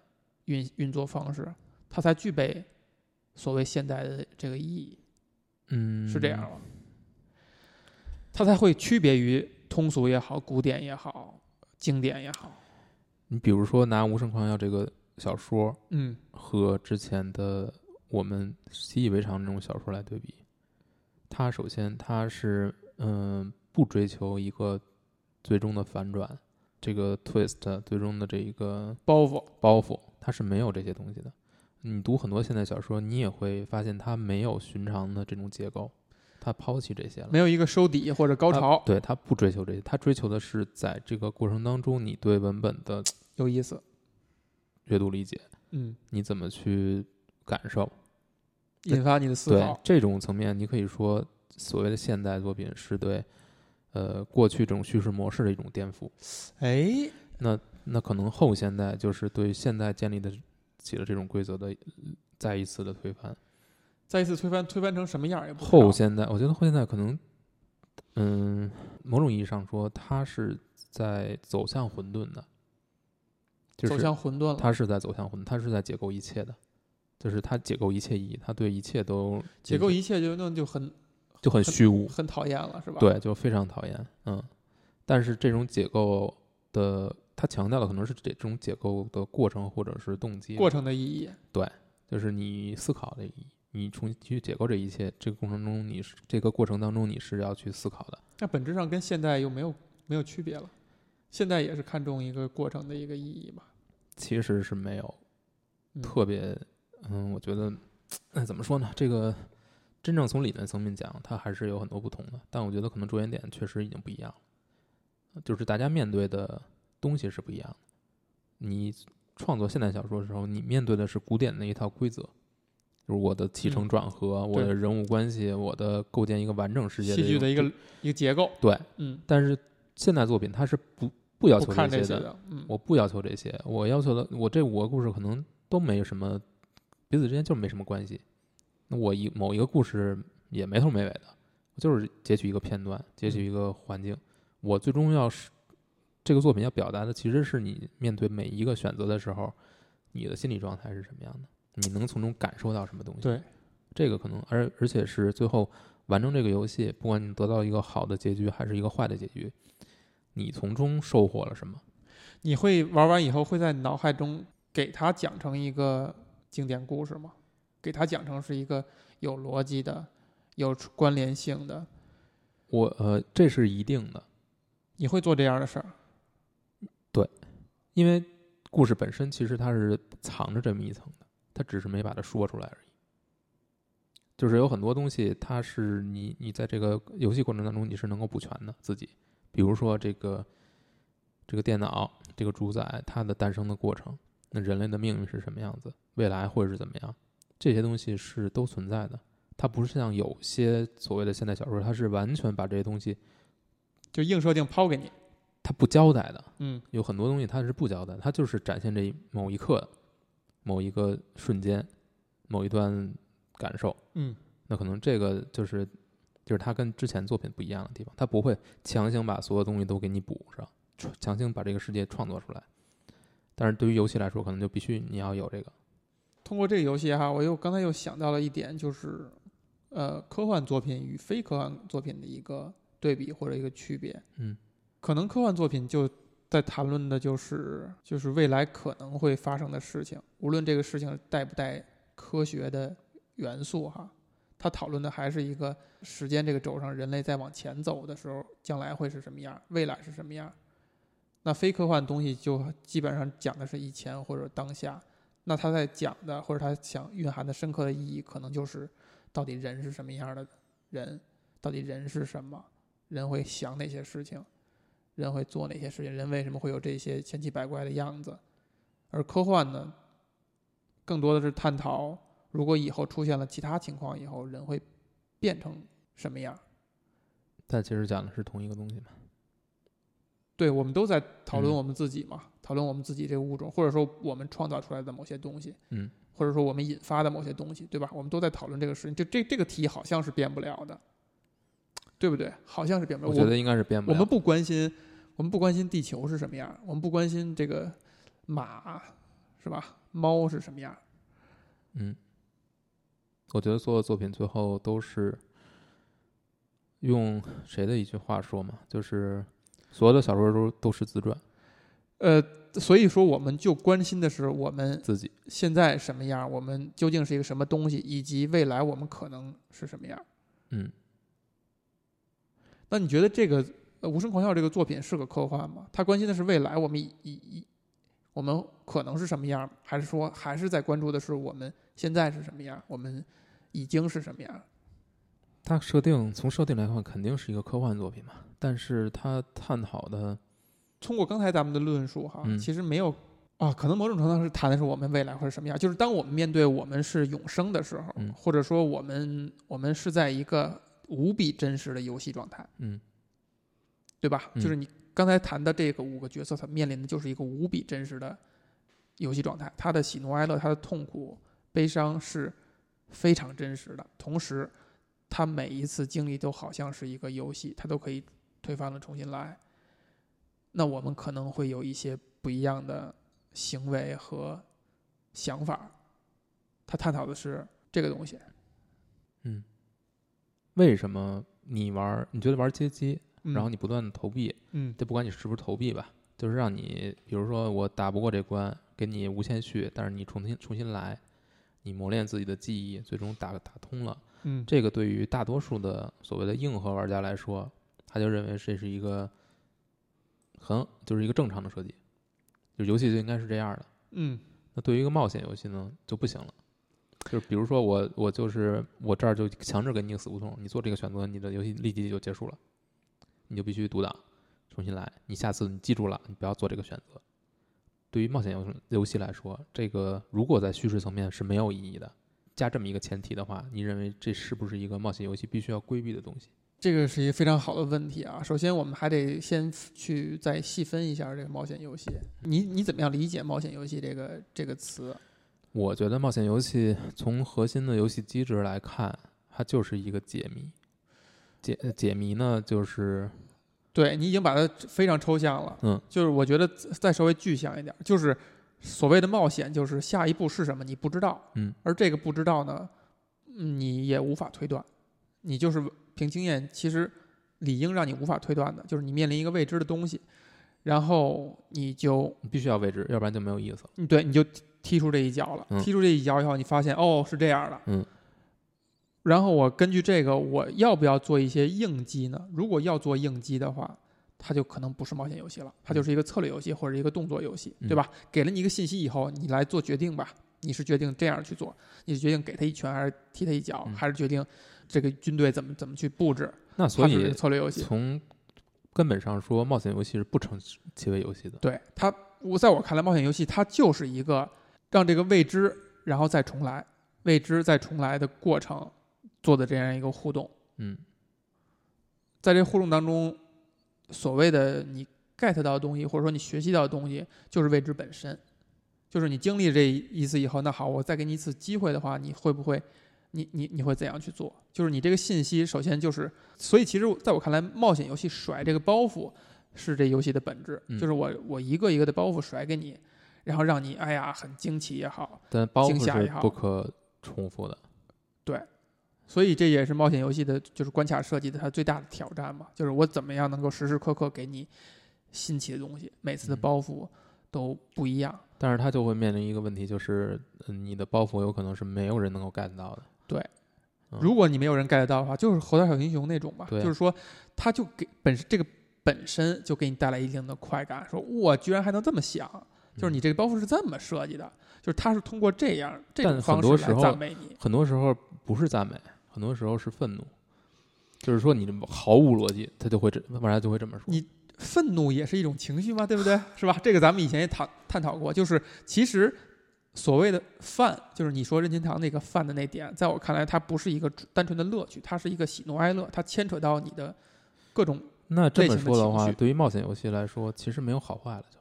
A: 运运作方式，它才具备所谓现代的这个意义。
B: 嗯，
A: 是这样。了，它才会区别于通俗也好、古典也好、经典也好。
B: 你嗯比如说拿《无声狂药》这个小说
A: 嗯，
B: 和之前的我们习以为常这种小说来对比，它首先它是嗯、不追求一个最终的反转，这个 twist 最终的这一个
A: 包袱，
B: 包袱，它是没有这些东西的。你读很多现代小说，你也会发现它没有寻常的这种结构，它抛弃这些了
A: 没。有一个收底或者高
B: 它
A: 潮，
B: 啊对它不追求这些，它追求的是在这个过程当中，你对文本的
A: 有意思。
B: 阅读理解，
A: 嗯，
B: 你怎么去感受？对
A: 引发你的思
B: 对
A: 考。
B: 这种层面，你可以说所谓的现代作品是对呃过去这种叙事模式的一种颠覆。
A: 哎，
B: 那可能后现代就是对现代建立的起了这种规则的呃再一次的推翻。
A: 再一次推翻，推翻成什么样儿也不知道
B: 后现代，我觉得后现代可能，嗯，某种意义上说，它是在走向混沌的，就
A: 走
B: 是
A: 向混沌了。
B: 它是在走向混沌，它是在解构一切的，就是它解构一切意义，它对一切都
A: 解构一切就那就很
B: 就很虚无，
A: 很讨厌了，是吧？，
B: 对，就非常讨厌，嗯。但是这种解构的，它强调的可能是这这种解构的过程或者是动机吧，
A: 过程的意义。
B: 就是你思考的意义，你重新去解构这一切，这个过程中你是这个过程当中你是要去思考的。
A: 那本质上跟现代又没有没有区别了。现代也是看重一个过程的一个意义嘛。
B: 其实是没有
A: 嗯
B: 特别，嗯，我觉得，哎，怎么说呢？这个真正从理论层面讲，它还是有很多不同的，但我觉得可能着眼点确实已经不一样了，就是大家面对的东西是不一样的。你创作现代小说的时候，你面对的是古典那一套规则，就是我的起承
A: 嗯
B: 转合，我
A: 对
B: 的人物关系，我的构建一个完整世界
A: 戏剧
B: 的
A: 的一
B: 一
A: 个
B: 种
A: 一个结构，
B: 对。
A: 嗯，
B: 但是现代作品它是不不要
A: 不
B: 求
A: 看这
B: 些
A: 些
B: 的，
A: 的，嗯，
B: 我不要求这些，我要求的我这五个故事可能都没什么，彼此之间就是没什么关系。那我一某一个故事也没头没尾的，我就是截取一个片段，截取一个环境，我最终要是这个作品要表达的其实是你面对每一个选择的时候，你的心理状态是什么样的，你能从中感受到什么东西。
A: 对，
B: 这个可能，而而且是最后完成这个游戏，不管你得到一个好的结局还是一个坏的结局，你从中收获了什么。
A: 你会玩完以后会在脑海中给它讲成一个经典故事吗？给它讲成是一个有逻辑的、有关联性的，
B: 我呃，这是一定的，
A: 你会做这样的事儿？
B: 因为故事本身其实它是藏着这么一层的，它只是没把它说出来而已。就是有很多东西，它是你你在这个游戏过程当中你是能够补全的自己，比如说这个这个电脑这个主宰它的诞生的过程，那人类的命运是什么样子，未来会是怎么样，这些东西是都存在的。它不是像有些所谓的现代小说，它是完全把这些东西
A: 就硬设定抛给你，
B: 它不交代的，
A: 嗯
B: 有很多东西它是不交代的，它就是展现这某一刻、某一个瞬间、某一段感受。
A: 嗯
B: 那可能这个就是就是它跟之前作品不一样的地方，它不会强行把所有东西都给你补上，创强行把这个世界创作出来。但是对于游戏来说，可能就必须你要有这个，
A: 通过这个游戏哈，我又刚才又想到了一点，就是呃，科幻作品与非科幻作品的一个对比或者一个区别。
B: 嗯，
A: 可能科幻作品就在谈论的就是就是未来可能会发生的事情，无论这个事情带不带科学的元素哈，它讨论的还是一个时间这个轴上人类在往前走的时候，将来会是什么样，未来是什么样。那非科幻东西就基本上讲的是以前或者当下，那他在讲的或者他想蕴含的深刻的意义，可能就是到底人是什么样的人，到底人是什么，人会想哪些事情，人会做哪些事情，人为什么会有这些千奇百怪的样子。而科幻呢，更多的是探讨如果以后出现了其他情况以后，人会变成什么样。
B: 但其实讲的是同一个东西嘛。
A: 对，我们都在讨论
B: 嗯
A: 我们自己嘛，讨论我们自己这个物种，或者说我们创造出来的某些东西，
B: 嗯，
A: 或者说我们引发的某些东西，对吧？我们都在讨论这个事情，就这这个题好像是变不了的，对不对？好像是变不了。
B: 我
A: 我
B: 觉
A: 们
B: 得应该是编不
A: 我
B: 了
A: 们不关心，我们不关心地球是什么样，我们不关心这个马是吧？猫是什么样？
B: 嗯，我觉得所有作品最后都是用谁的一句话说嘛，就是所有的小说都都是自传，
A: 呃，所以说我们就关心的是我们
B: 自己
A: 现在什么样，我们究竟是一个什么东西，以及未来我们可能是什么样。
B: 嗯，
A: 那你觉得这个呃《无声狂笑》这个作品是个科幻吗？他关心的是未来我们以以以我们可能是什么样，还是说还是在关注的是我们现在是什么样，我们已经是什么样？
B: 它设定从设定来看，肯定是一个科幻作品嘛，但是它探讨的，
A: 通过刚才咱们的论述哈，
B: 嗯
A: 其实没有啊，可能某种程度上是谈的是我们未来会是什么样。就是当我们面对我们是永生的时候，
B: 嗯
A: 或者说我们我们是在一个无比真实的游戏状态，
B: 嗯
A: 对吧？
B: 嗯
A: 就是你刚才谈的这个五个角色，他面临的就是一个无比真实的游戏状态，他的喜怒哀乐，他的痛苦、悲伤是非常真实的，同时他每一次经历都好像是一个游戏，他都可以推翻了重新来。那我们可能会有一些不一样的行为和想法，他探讨的是这个东西。
B: 嗯，为什么你玩儿，你觉得玩街机，
A: 嗯
B: 然后你不断的投币，
A: 嗯
B: 这不管你是不是投币吧，就是让你，比如说我打不过这关，给你无限续，但是你重新重新来，你磨练自己的技艺，最终打打通了。
A: 嗯
B: 这个对于大多数的所谓的硬核玩家来说，他就认为这是一个很就是一个正常的设计，就游戏就应该是这样的。
A: 嗯
B: 那对于一个冒险游戏呢，就不行了。就是比如说我我就是我这儿就强制给你一个死胡同，你做这个选择，你的游戏立即就结束了，你就必须独挡，重新来。你下次你记住了，你不要做这个选择。对于冒险游游戏来说，这个如果在叙事层面是没有意义的，加这么一个前提的话，你认为这是不是一个冒险游戏必须要规避的东西？
A: 这个是一个非常好的问题啊。首先，我们还得先去再细分一下这个冒险游戏。你你怎么样理解“冒险游戏”这个这个词？
B: 我觉得冒险游戏从核心的游戏机制来看，它就是一个解谜。解解谜呢，就是
A: 对你已经把它非常抽象了。
B: 嗯，
A: 就是我觉得再稍微具象一点，就是所谓的冒险，就是下一步是什么你不知道。
B: 嗯，
A: 而这个不知道呢，嗯你也无法推断，你就是凭经验，其实理应让你无法推断的，就是你面临一个未知的东西，然后你就
B: 你必须要未知，要不然就没有意思了。
A: 你对，你就踢踢出这一脚了。
B: 嗯
A: 踢出这一脚以后，你发现哦是这样的。
B: 嗯。
A: 然后我根据这个，我要不要做一些应激呢？如果要做应激的话，它就可能不是冒险游戏了，它就是一个策略游戏或者一个动作游戏，
B: 嗯
A: 对吧？给了你一个信息以后，你来做决定吧。你是决定这样去做，你是决定给他一拳还是踢他一脚，
B: 嗯
A: 还是决定这个军队怎么怎么去布置？
B: 那
A: 它
B: 所
A: 是一个
B: 以
A: 策略游戏。
B: 从根本上说，冒险游戏是不成其为游戏的。
A: 对它，我在我看来，冒险游戏它就是一个让这个未知然后再重来，未知再重来的过程做的这样一个互动。
B: 嗯
A: 在这互动当中，所谓的你 get 到的东西，或者说你学习到的东西，就是未知本身。就是你经历这一次以后，那好，我再给你一次机会的话，你会不会，你你你会怎样去做？就是你这个信息，首先就是，所以其实在我看来，冒险游戏甩这个包袱是这游戏的本质，
B: 嗯
A: 就是我我一个一个的包袱甩给你，然后让你哎呀很惊奇也好，
B: 但包
A: 惊
B: 袱
A: 吓也
B: 是
A: 好
B: 不可重复的。
A: 所以这也是冒险游戏的，就是关卡设计的它最大的挑战嘛，就是我怎么样能够时时刻刻给你新奇的东西，每次的
B: 嗯
A: 包袱都不一样。
B: 但是它就会面临一个问题，就是嗯你的包袱有可能是没有人能够 get 到的。嗯
A: 如果你没有人 get 到的话，就是《猴子小英雄》那种吧，
B: 对啊
A: 就是说，它就给本身这个本身就给你带来一定的快感，说我居然还能这么想，就是
B: 嗯
A: 你这个包袱是这么设计的，就是它是通过这样这种
B: 但
A: 方
B: 很多
A: 式来
B: 时候
A: 赞美你。
B: 很多时候不是赞美，很多时候是愤怒，就是说你毫无逻辑，他就会这，要不然他就会这么说。
A: 你愤怒也是一种情绪嘛，对不对？ 是吧？这个咱们以前也探探讨过，就是其实所谓的饭，就是你说任天堂那个饭的那点，在我看来，它不是一个单纯的乐趣，它是一个喜怒哀乐，它牵扯到你的各种
B: 那这
A: 类
B: 么
A: 型的
B: 说的
A: 情
B: 话，
A: 绪
B: 对于冒险游戏来说，其实没有好坏了就。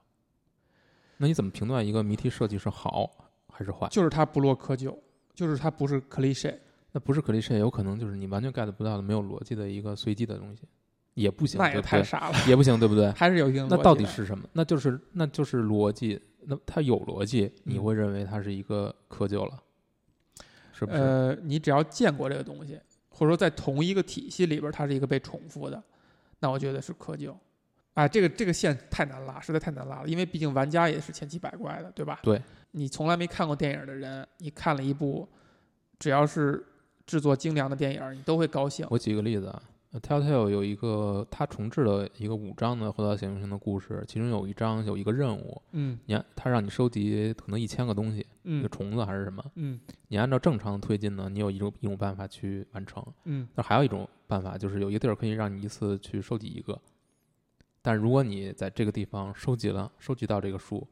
B: 那你怎么评断一个谜题设计是好还是坏？
A: 就是它不落窠臼，就是它不是 cliche。
B: 那不是 cliche，有可能就是你完全 get 不到的、没有逻辑的一个随机的东西，也不行，
A: 那
B: 对
A: 也
B: 不
A: 太
B: 对？
A: 傻了，
B: 也不行，对不 对？
A: 还是有一定
B: 那
A: 逻辑
B: 到底
A: 的
B: 是什么？那就是那就是逻辑，那它有逻辑，你
A: 嗯
B: 会认为它是一个窠臼了，是不是？
A: 呃，你只要见过这个东西，或者说在同一个体系里边儿它是一个被重复的，那我觉得是窠臼。啊，这个这个线太难拉，实在太难拉了，因为毕竟玩家也是千奇百怪的，对吧？
B: 对，
A: 你从来没看过电影的人，你看了一部只要是制作精良的电影，你都会高兴。
B: 我举个例子啊呃，Telltale 有一个它重置了一个五章的《回到行星》的故事，其中有一章有一个任务，
A: 嗯
B: 你按它让你收集可能一千个东西，一个
A: 嗯
B: 虫子还是什么，
A: 嗯
B: 你按照正常的推进呢，你有一种一种办法去完成，
A: 嗯
B: 那还有一种办法就是有一个地儿可以让你一次去收集一个，但如果你在这个地方收集了，收集到这个书，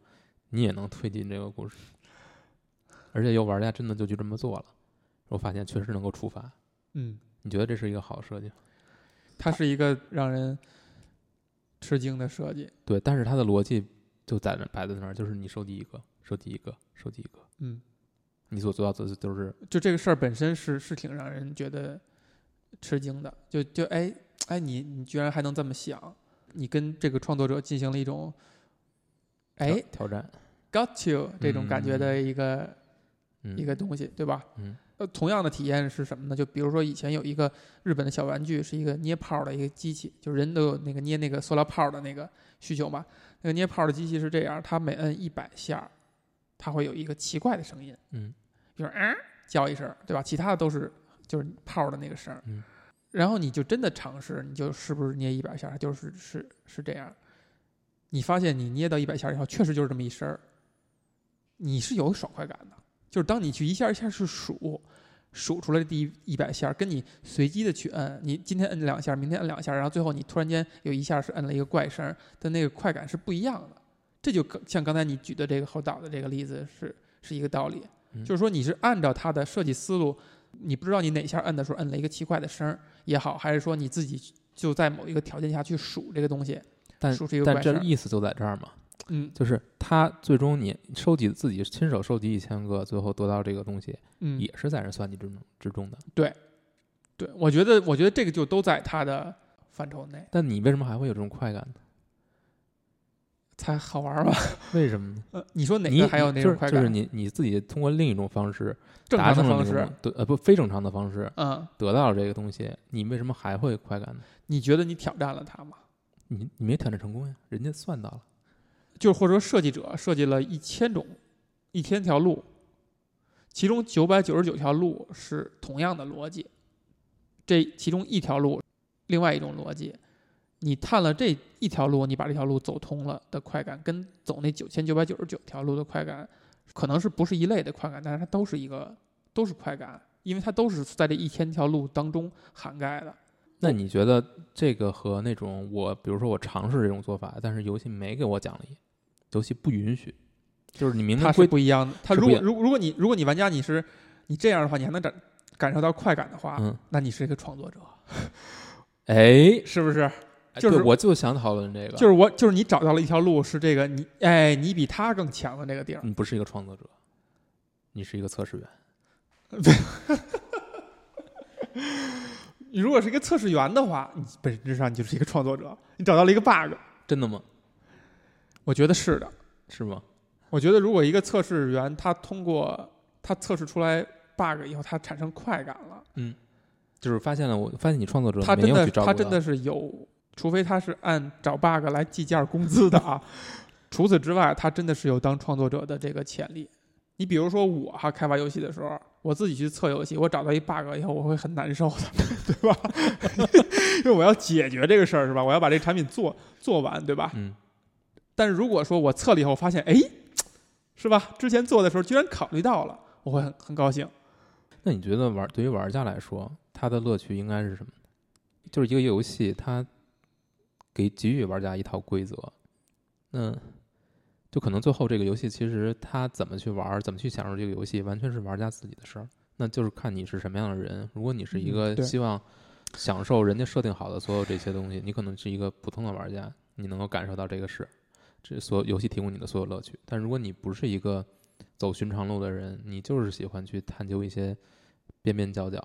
B: 你也能推进这个故事，而且有玩家真的就去这么做了，我发现确实能够触发，
A: 嗯，
B: 你觉得这是一个好设计吗？
A: 它是一个让人吃惊的设计。
B: 对，但是它的逻辑就在那摆在那儿，就是你收集一个，收集一个，收集一个，
A: 嗯，
B: 你所做到的就是
A: 就这个事儿本身是是挺让人觉得吃惊的，就就哎哎，你你居然还能这么想，你跟这个创作者进行了一种哎
B: 挑挑战，
A: got you 这种感觉的一个、
B: 嗯，
A: 一个东西，对吧？
B: 嗯
A: 呃，同样的体验是什么呢？就比如说以前有一个日本的小玩具，是一个捏泡儿的一个机器，就是人都有那个捏那个塑料泡儿的那个需求嘛。那个捏泡儿的机器是这样，它每摁一百下儿，它会有一个奇怪的声音，
B: 嗯，
A: 比如啊叫一声，对吧？其他的都是就是泡儿的那个声儿。
B: 嗯
A: 然后你就真的尝试，你就是不是捏一百下儿，它就是是是这样。你发现你捏到一百下儿以后，确实就是这么一声儿，你是有爽快感的。就是当你去一下一下去数，数出来的第一百下儿，跟你随机的去摁，你今天摁两下儿，明天摁两下儿，然后最后你突然间有一下是摁了一个怪声儿的那个快感是不一样的。这就跟像刚才你举的这个猴岛的这个例子是是一个道理，
B: 嗯
A: 就是说你是按照它的设计思路，你不知道你哪下摁的时候摁了一个奇怪的声儿也好，还是说你自己就在某一个条件下去数这个东西，
B: 但
A: 数出一个
B: 但
A: 怪声
B: 这
A: 儿，
B: 意思就在这儿嘛，
A: 嗯
B: 就是它最终你收集自己亲手收集一千个，最后得到这个东西，
A: 嗯，
B: 也是在这算计之中之中的。
A: 对，我觉得我觉得这个就都在它的范畴内，
B: 但你为什么还会有这种快感呢？
A: 才好玩儿吧？
B: 为什么呢？
A: 呃，你说哪
B: 你
A: 个还有那
B: 就
A: 种
B: 是
A: 快
B: 就
A: 感？
B: 是你你自己通过另一种方式
A: 正
B: 达
A: 常的
B: 成了
A: 方
B: 这个
A: 式
B: 目，对呃不非正常的方式
A: 嗯，
B: 得到了这个东西，你为什么还会快感呢？
A: 你觉得你挑战了它吗？
B: 你你没挑战成功呀，人家算到了。
A: 就是或者说设计者设计了一千种、一千条路，其中九百九十九条路是同样的逻辑，这其中一条路，另外一种逻辑，你探了这一条路，你把这条路走通了的快感，跟走那九千九百九十九条路的快感，可能是不是一类的快感，但是它都是一个都是快感，因为它都是在这一千条路当中涵盖的。
B: 那你觉得这个和那种我，比如说我尝试这种做法，但是游戏没给我奖励，游戏不允许，就是你明
A: 它
B: 明
A: 是
B: 规
A: 不一样的。它
B: 是
A: 如
B: 不一
A: 果
B: 样
A: 如如果你如果你玩家你是你这样的话，你还能感感受到快感的话，
B: 嗯，
A: 那你是一个创作者，
B: 哎，
A: 是不是？
B: 哎
A: 就是
B: 对我就想讨论这个，
A: 就是是我，就是你找到了一条路，是这个你，哎，你比他更强的这个地儿。
B: 你不是一个创作者，你是一个测试员。
A: 你如果是一个测试员的话，你本质上你就是一个创作者，你找到了一个 bug。
B: 真的吗？
A: 我觉得是的，
B: 是吗？
A: 我觉得如果一个测试员他通过他测试出来 bug 以后，他产生快感了，
B: 就是发现了我，发现你创作者
A: 他
B: 没
A: 真
B: 有
A: 的
B: 去照顾
A: 他真的是有，除非他是按找 bug 来计件工资的啊。 除此之外，他真的是有当创作者的这个潜力。你比如说我哈开发游戏的时候，我自己去测游戏，我找到一 bug 以后，我会很难受的， 对吧？因为我要解决这个事儿是吧？我要把这个产品做做完，对吧？
B: 嗯，
A: 但是如果说我测了以后发现，哎，是吧？之前做的时候居然考虑到了，我会很很高兴。
B: 那你觉得玩对于玩家来说，他的乐趣应该是什么呢？就是一个游戏，它给给予玩家一套规则，那就可能最后这个游戏其实他怎么去玩儿，怎么去享受这个游戏，完全是玩家自己的事儿。那就是看你是什么样的人。如果你是一
A: 嗯
B: 个
A: 对
B: 希望享受人家设定好的所有这些东西，你可能是一个普通的玩家，你能够感受到这个是这所有游戏提供你的所有乐趣。但如果你不是一个走寻常路的人，你就是喜欢去探究一些边边角角，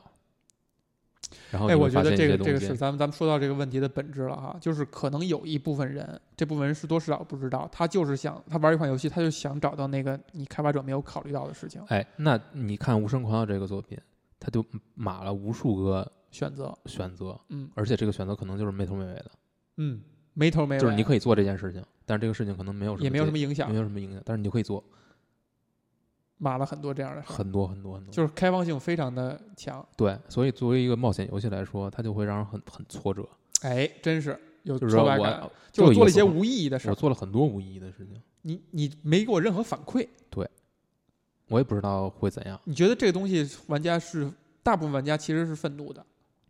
B: 然后
A: 哎，
B: 你
A: 我
B: 会
A: 觉
B: 发
A: 得
B: 现一
A: 这
B: 些
A: 个
B: 东
A: 这个
B: 西
A: 是咱们咱们说到这个问题的本质了哈，就是可能有一部分人，这部分人是多是少不知道，他就是想他玩一款游戏，他就想找到那个你开发者没有考虑到的事情
B: 哎，那你看《无声狂傲》这个作品，它就码了无数个
A: 选择，
B: 选择，
A: 嗯
B: 而且这个选择可能就是没头没尾的，
A: 嗯，没头没尾，
B: 就是你可以做这件事情，但是这个事情可能没有什么
A: 也没有
B: 结
A: 什么影响
B: 没，有什么影响，但是你就可以做
A: 码了很多这样的事儿，
B: 很多很多很多。
A: 就是开放性非常的强，
B: 对，所以作为一个冒险游戏来说，它就会让人很很挫折，
A: 哎，真是有
B: 就是
A: 挫
B: 说
A: 败感，
B: 我啊
A: 就
B: 就
A: 我做了一
B: 有
A: 些
B: 一次
A: 无意义的事
B: 我
A: 儿，
B: 做了很多无意义的事情，
A: 你你没给我任何反馈，
B: 我也不知道会怎样。
A: 你觉得这个东西玩家是大部分玩家其实是愤怒的，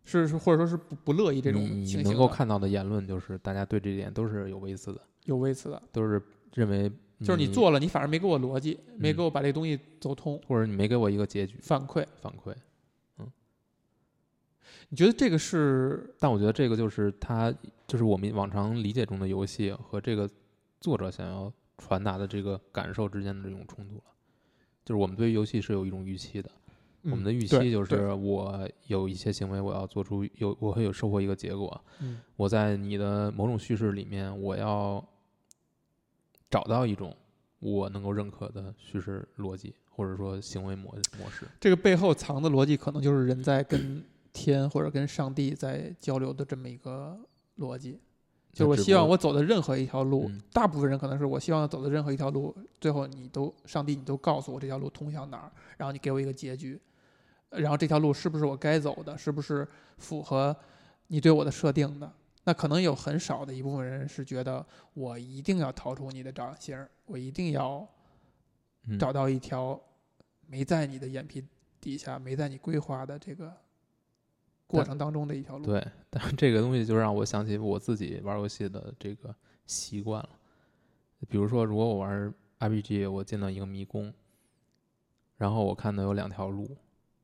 A: 是是或者说是不不乐意这种
B: 你
A: 情形
B: 你能够
A: 的
B: 看到的言论就是，大家对这一点都是有微词的，
A: 有微词的。
B: 都是认为
A: 就是你，做了，你反而没给我逻辑，没
B: 嗯
A: 给我把这东西走通
B: 或者你没给我一个结局
A: 反馈。
B: 反馈。
A: 你觉得这个是
B: 但我觉得这个就是它，就是我们往常理解中的游戏和这个作者想要传达的这个感受之间的这种冲突了。就是我们对于游戏是有一种预期的，我们的预期就
A: 嗯对
B: 是我有一些行为，我要做出有我会有收获一个结果。
A: 嗯
B: 我在你的某种叙事里面，我要找到一种我能够认可的叙事逻辑，或者说行为模模式。
A: 这个背后藏的逻辑，可能就是人在跟天或者跟上帝在交流的这么一个逻辑。就是我
B: 只不
A: 希望
B: 过
A: 我走的任何一条路，
B: 嗯
A: 大部分人可能是我希望走的任何一条路，最后你都上帝你都告诉我这条路通向哪儿，然后你给我一个结局，呃然后这条路是不是我该走的，是不是符合你对我的设定的？那可能有很少的一部分人是觉得我一定要逃出你的掌心儿，我一定要
B: 嗯
A: 找到一条没在你的眼皮底下、没在你规划的这个过程当中的一条路。
B: 对，但是这个东西就让我想起我自己玩游戏的这个习惯了。比如说，如果我玩 RPG，我进到一个迷宫，然后我看到有两条路，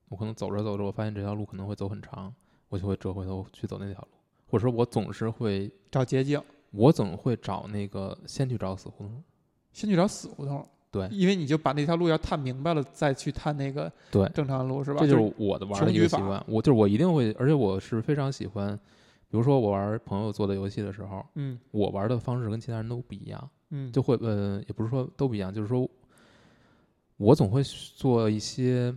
B: 我可能走着走着，我发现这条路可能会走很长，我就会折回头去走那条路，或者说我总是会，
A: 找捷径，
B: 我总会找那个先去找死胡同。
A: 先去找死胡同。
B: 对
A: 因为你就把那条路要探明白了，再去探那个
B: 对
A: 正常的路，是吧？
B: 这就是是我的玩儿
A: 穷
B: 的一个
A: 举
B: 习
A: 法
B: 惯。我就是我一定会，而且我是非常喜欢，比如说我玩朋友做的游戏的时候，
A: 嗯
B: 我玩的方式跟其他人都不一样。
A: 嗯，
B: 就会呃，也不是说都不一样，就是说我总会去做一些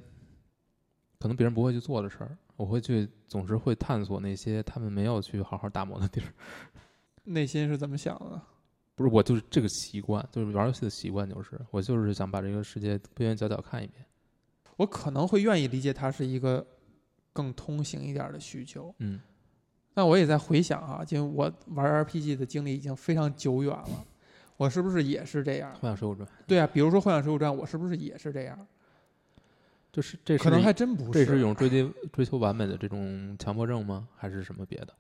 B: 可能别人不会去做的事儿，我会去总是会探索那些他们没有去好好打磨的地儿。
A: 内心是怎么想的？
B: 不是，我就是这个习惯，就是玩游戏的习惯，就是我就是想把这个世界边边角角看一遍。
A: 我可能会愿意理解它是一个更通行一点的需求。
B: 嗯
A: 那我也在回想啊，就我玩 RPG 的经历已经非常久远了，我是不是也是这样？
B: 幻想水浒传
A: 对啊，比如说《幻想水浒传》，我是不是也是这样？
B: 就是这是
A: 可能
B: 一
A: 还真不
B: 这
A: 是。啊
B: 是一种追求追求完美的这种强迫症吗？还是什么别的？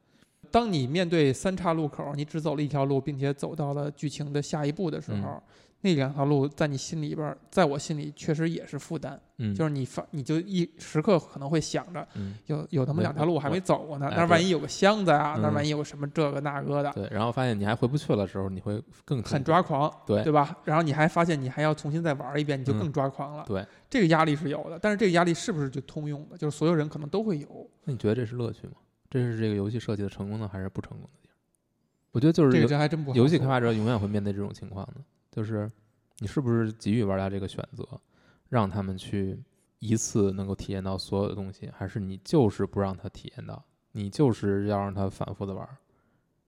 A: 当你面对三岔路口，你只走了一条路，并且走到了剧情的下一步的时候，
B: 嗯
A: 那两条路在你心里边儿，在我心里确实也是负担，
B: 嗯，
A: 就是你发你就一时刻可能会想着
B: 嗯，
A: 有有他妈
B: 对
A: 两条路我还没走过呢
B: 我，哎
A: 那万一有个箱子啊，
B: 嗯
A: 那万一有个什么这个那个的，
B: 对，然后发现你还回不去了时候，你会更痛
A: 很
B: 苦
A: 抓狂，
B: 对
A: 对吧？然后你还发现你还要重新再玩一遍，你就
B: 嗯
A: 更抓狂了。
B: 对，
A: 这个压力是有的，但是这个压力是不是就通用的？就是所有人可能都会有，
B: 那你觉得这是乐趣吗？这是这个游戏设计的成功呢，还是不成功的地儿？我觉得就是
A: 这个
B: 游
A: 真还真不好说。
B: 游戏开发者永远会面对这种情况的，就是你是不是给予玩家这个选择，让他们去一次能够体验到所有的东西，还是你就是不让他体验到，你就是要让他反复的玩儿？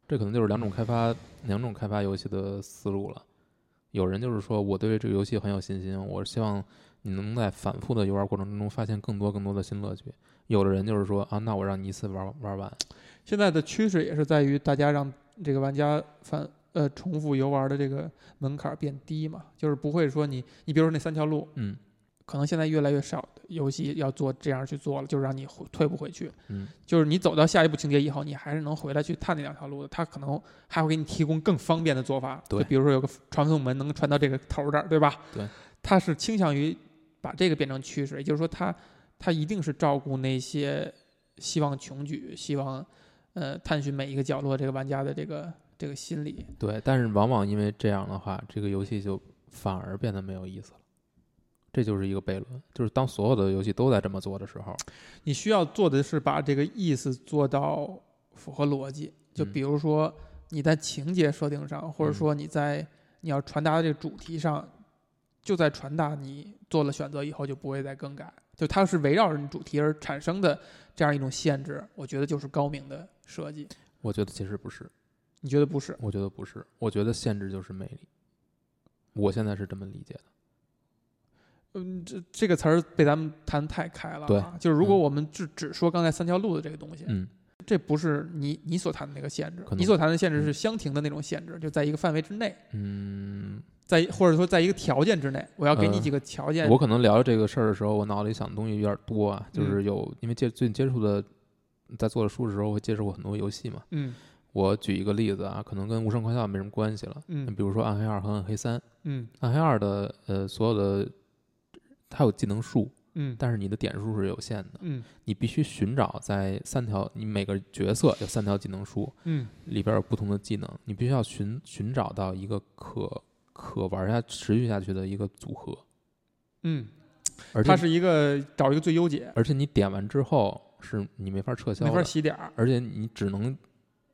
B: 这可能就是两
A: 嗯
B: 种开发两种开发游戏的思路了。有人就是说我对这个游戏很有信心，我希望你能在反复的游玩过程中发现更多更多的新乐趣。有的人就是说啊，那我让你一次玩玩完，
A: 现在的趋势也是在于大家让这个玩家反呃重复游玩的这个门槛变低嘛，就是不会说你你比如说那三条路，
B: 嗯
A: 可能现在越来越少的游戏要做这样去做了，就是让你回退不回去，
B: 嗯，
A: 就是你走到下一步情节以后，你还是能回来去探那两条路的，它可能还会给你提供更方便的做法，
B: 对
A: 就比如说有个传送门能传到这个头儿这儿，对吧？
B: 对，
A: 它是倾向于把这个变成趋势，也就是说它它一定是照顾那些希望穷举、希望呃探寻每一个角落这个玩家的这个这个心理，
B: 对，但是往往因为这样的话，这个游戏就反而变得没有意思了。这就是一个悖论，就是当所有的游戏都在这么做的时候，
A: 你需要做的是把这个意思做到符合逻辑。就
B: 嗯
A: 比如说你在情节设定上，或者
B: 嗯
A: 说你在你要传达的这个主题上，就在传达你做了选择以后就不会再更改。就它是围绕着你主题而产生的这样一种限制，我觉得就是高明的设计。
B: 我觉得其实不是，
A: 你觉得不是？
B: 我觉得不是，我觉得限制就是魅力。我现在是这么理解的，
A: 嗯，这这个词儿被咱们谈太开了、啊。
B: 对，
A: 就是如果
B: 嗯
A: 我们只只说刚才三条路的这个东西，
B: 嗯，
A: 这不是你你所谈的那个限制
B: 可，能
A: 你所谈的限制是相庭的那种限制，就在一个范围之内，
B: 嗯，
A: 在或者说在一个条件之内，我要给你
B: 嗯
A: 几个条件。
B: 我可能聊这个事儿的时候，我脑子里想的东西有点多啊，就是有、因为接最近接触的，在做的书的时候会接触过很多游戏嘛。
A: 嗯
B: 我举一个例子啊，可能跟无声快笑没什么关系了，
A: 嗯
B: 比如说《暗黑二》和《暗黑三》，
A: 嗯
B: 暗黑二的呃所有的它有技能树，
A: 嗯
B: 但是你的点数是有限的，
A: 嗯
B: 你必须寻找在三条，你每个角色有三条技能树，
A: 嗯
B: 里边有不同的技能，你必须要寻寻找到一个可可玩下持续下去的一个组合，
A: 嗯，
B: 而且
A: 它是一个找一个最优解，
B: 而且你点完之后是你没法撤销
A: 没法
B: 的，
A: 洗点儿。
B: 而且你只能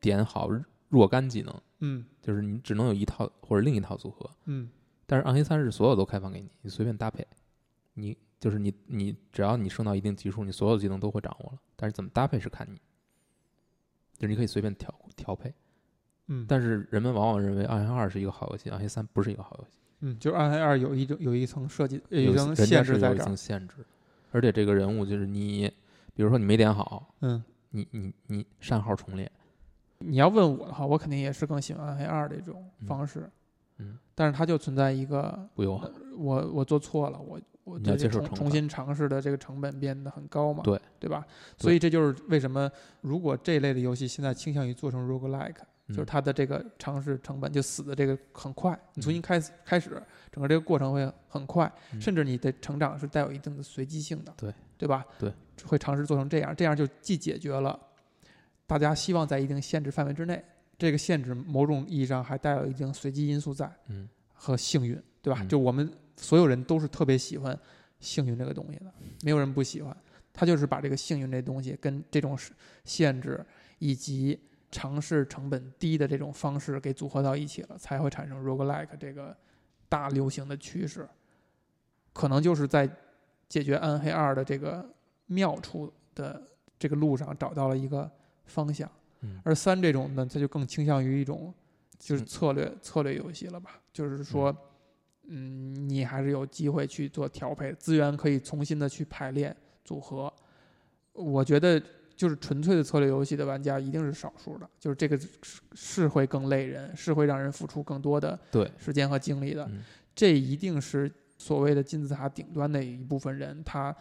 B: 点好若干技能，
A: 嗯
B: 就是你只能有一套或者另一套组合，
A: 嗯
B: 但是暗黑三是所有都开放给你，你随便搭配，你就是你你只要你升到一定级数，你所有技能都会掌握了，但是怎么搭配是看你，就是你可以随便调调配。
A: 嗯，
B: 但是人们往往认为暗黑二是一个好游戏，暗黑三不是一个好游戏，
A: 嗯，就是暗黑二有一种有一层设计，有一
B: 有
A: 层
B: 人家
A: 限
B: 是
A: 制在
B: 有一
A: 这儿
B: 层。限制，而且这个人物就是你，比如说你没点好，
A: 嗯，
B: 你你你删号重练，
A: 你要问我的话，我肯定也是更喜欢暗黑二这种方式。
B: 嗯嗯
A: 但是它就存在一个
B: 不用
A: 我我做错了，我我
B: 你要
A: 对这
B: 接受
A: 重
B: 惩罚
A: 重新尝试的这个成本变得很高嘛，
B: 对
A: 对吧？
B: 对
A: 所以这就是为什么如果这类的游戏现在倾向于做成 roguelike，、就
B: 嗯
A: 是它的这个尝试成本就死的这个很快，你重新开始开始，整个这个过程会很快，
B: 嗯
A: 甚至你的成长是带有一定的随机性的，
B: 对
A: 对吧？
B: 对，
A: 会尝试做成这样，这样就既解决了大家希望在一定限制范围之内，这个限制某种意义上还带有一定随机因素在。
B: 嗯，
A: 和幸运，对吧？
B: 嗯
A: 就我们所有人都是特别喜欢幸运这个东西的，没有人不喜欢。他就是把这个幸运这东西跟这种是限制以及尝试成本低的这种方式给组合到一起了，才会产生 roguelike 这个大流行的趋势。可能就是在解决暗黑二的这个妙处的这个路上找到了一个方向。
B: 嗯
A: 而三这种呢，它就更倾向于一种就是
B: 嗯
A: 策略、策略游戏了吧，就是说，嗯，你还是有机会去做调配，资源可以重新的去排列组合。我觉得就是纯粹的策略游戏的玩家一定是少数的，就是这个是是会更累人，是会让人付出更多的
B: 对
A: 时间和精力的。
B: 嗯
A: 这一定是所谓的金字塔顶端的一部分人，他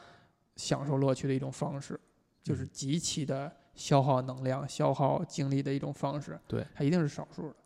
A: 享受乐趣的一种方式，就是极其的消耗能量、消耗精力的一种方式。
B: 对，
A: 它一定是少数的。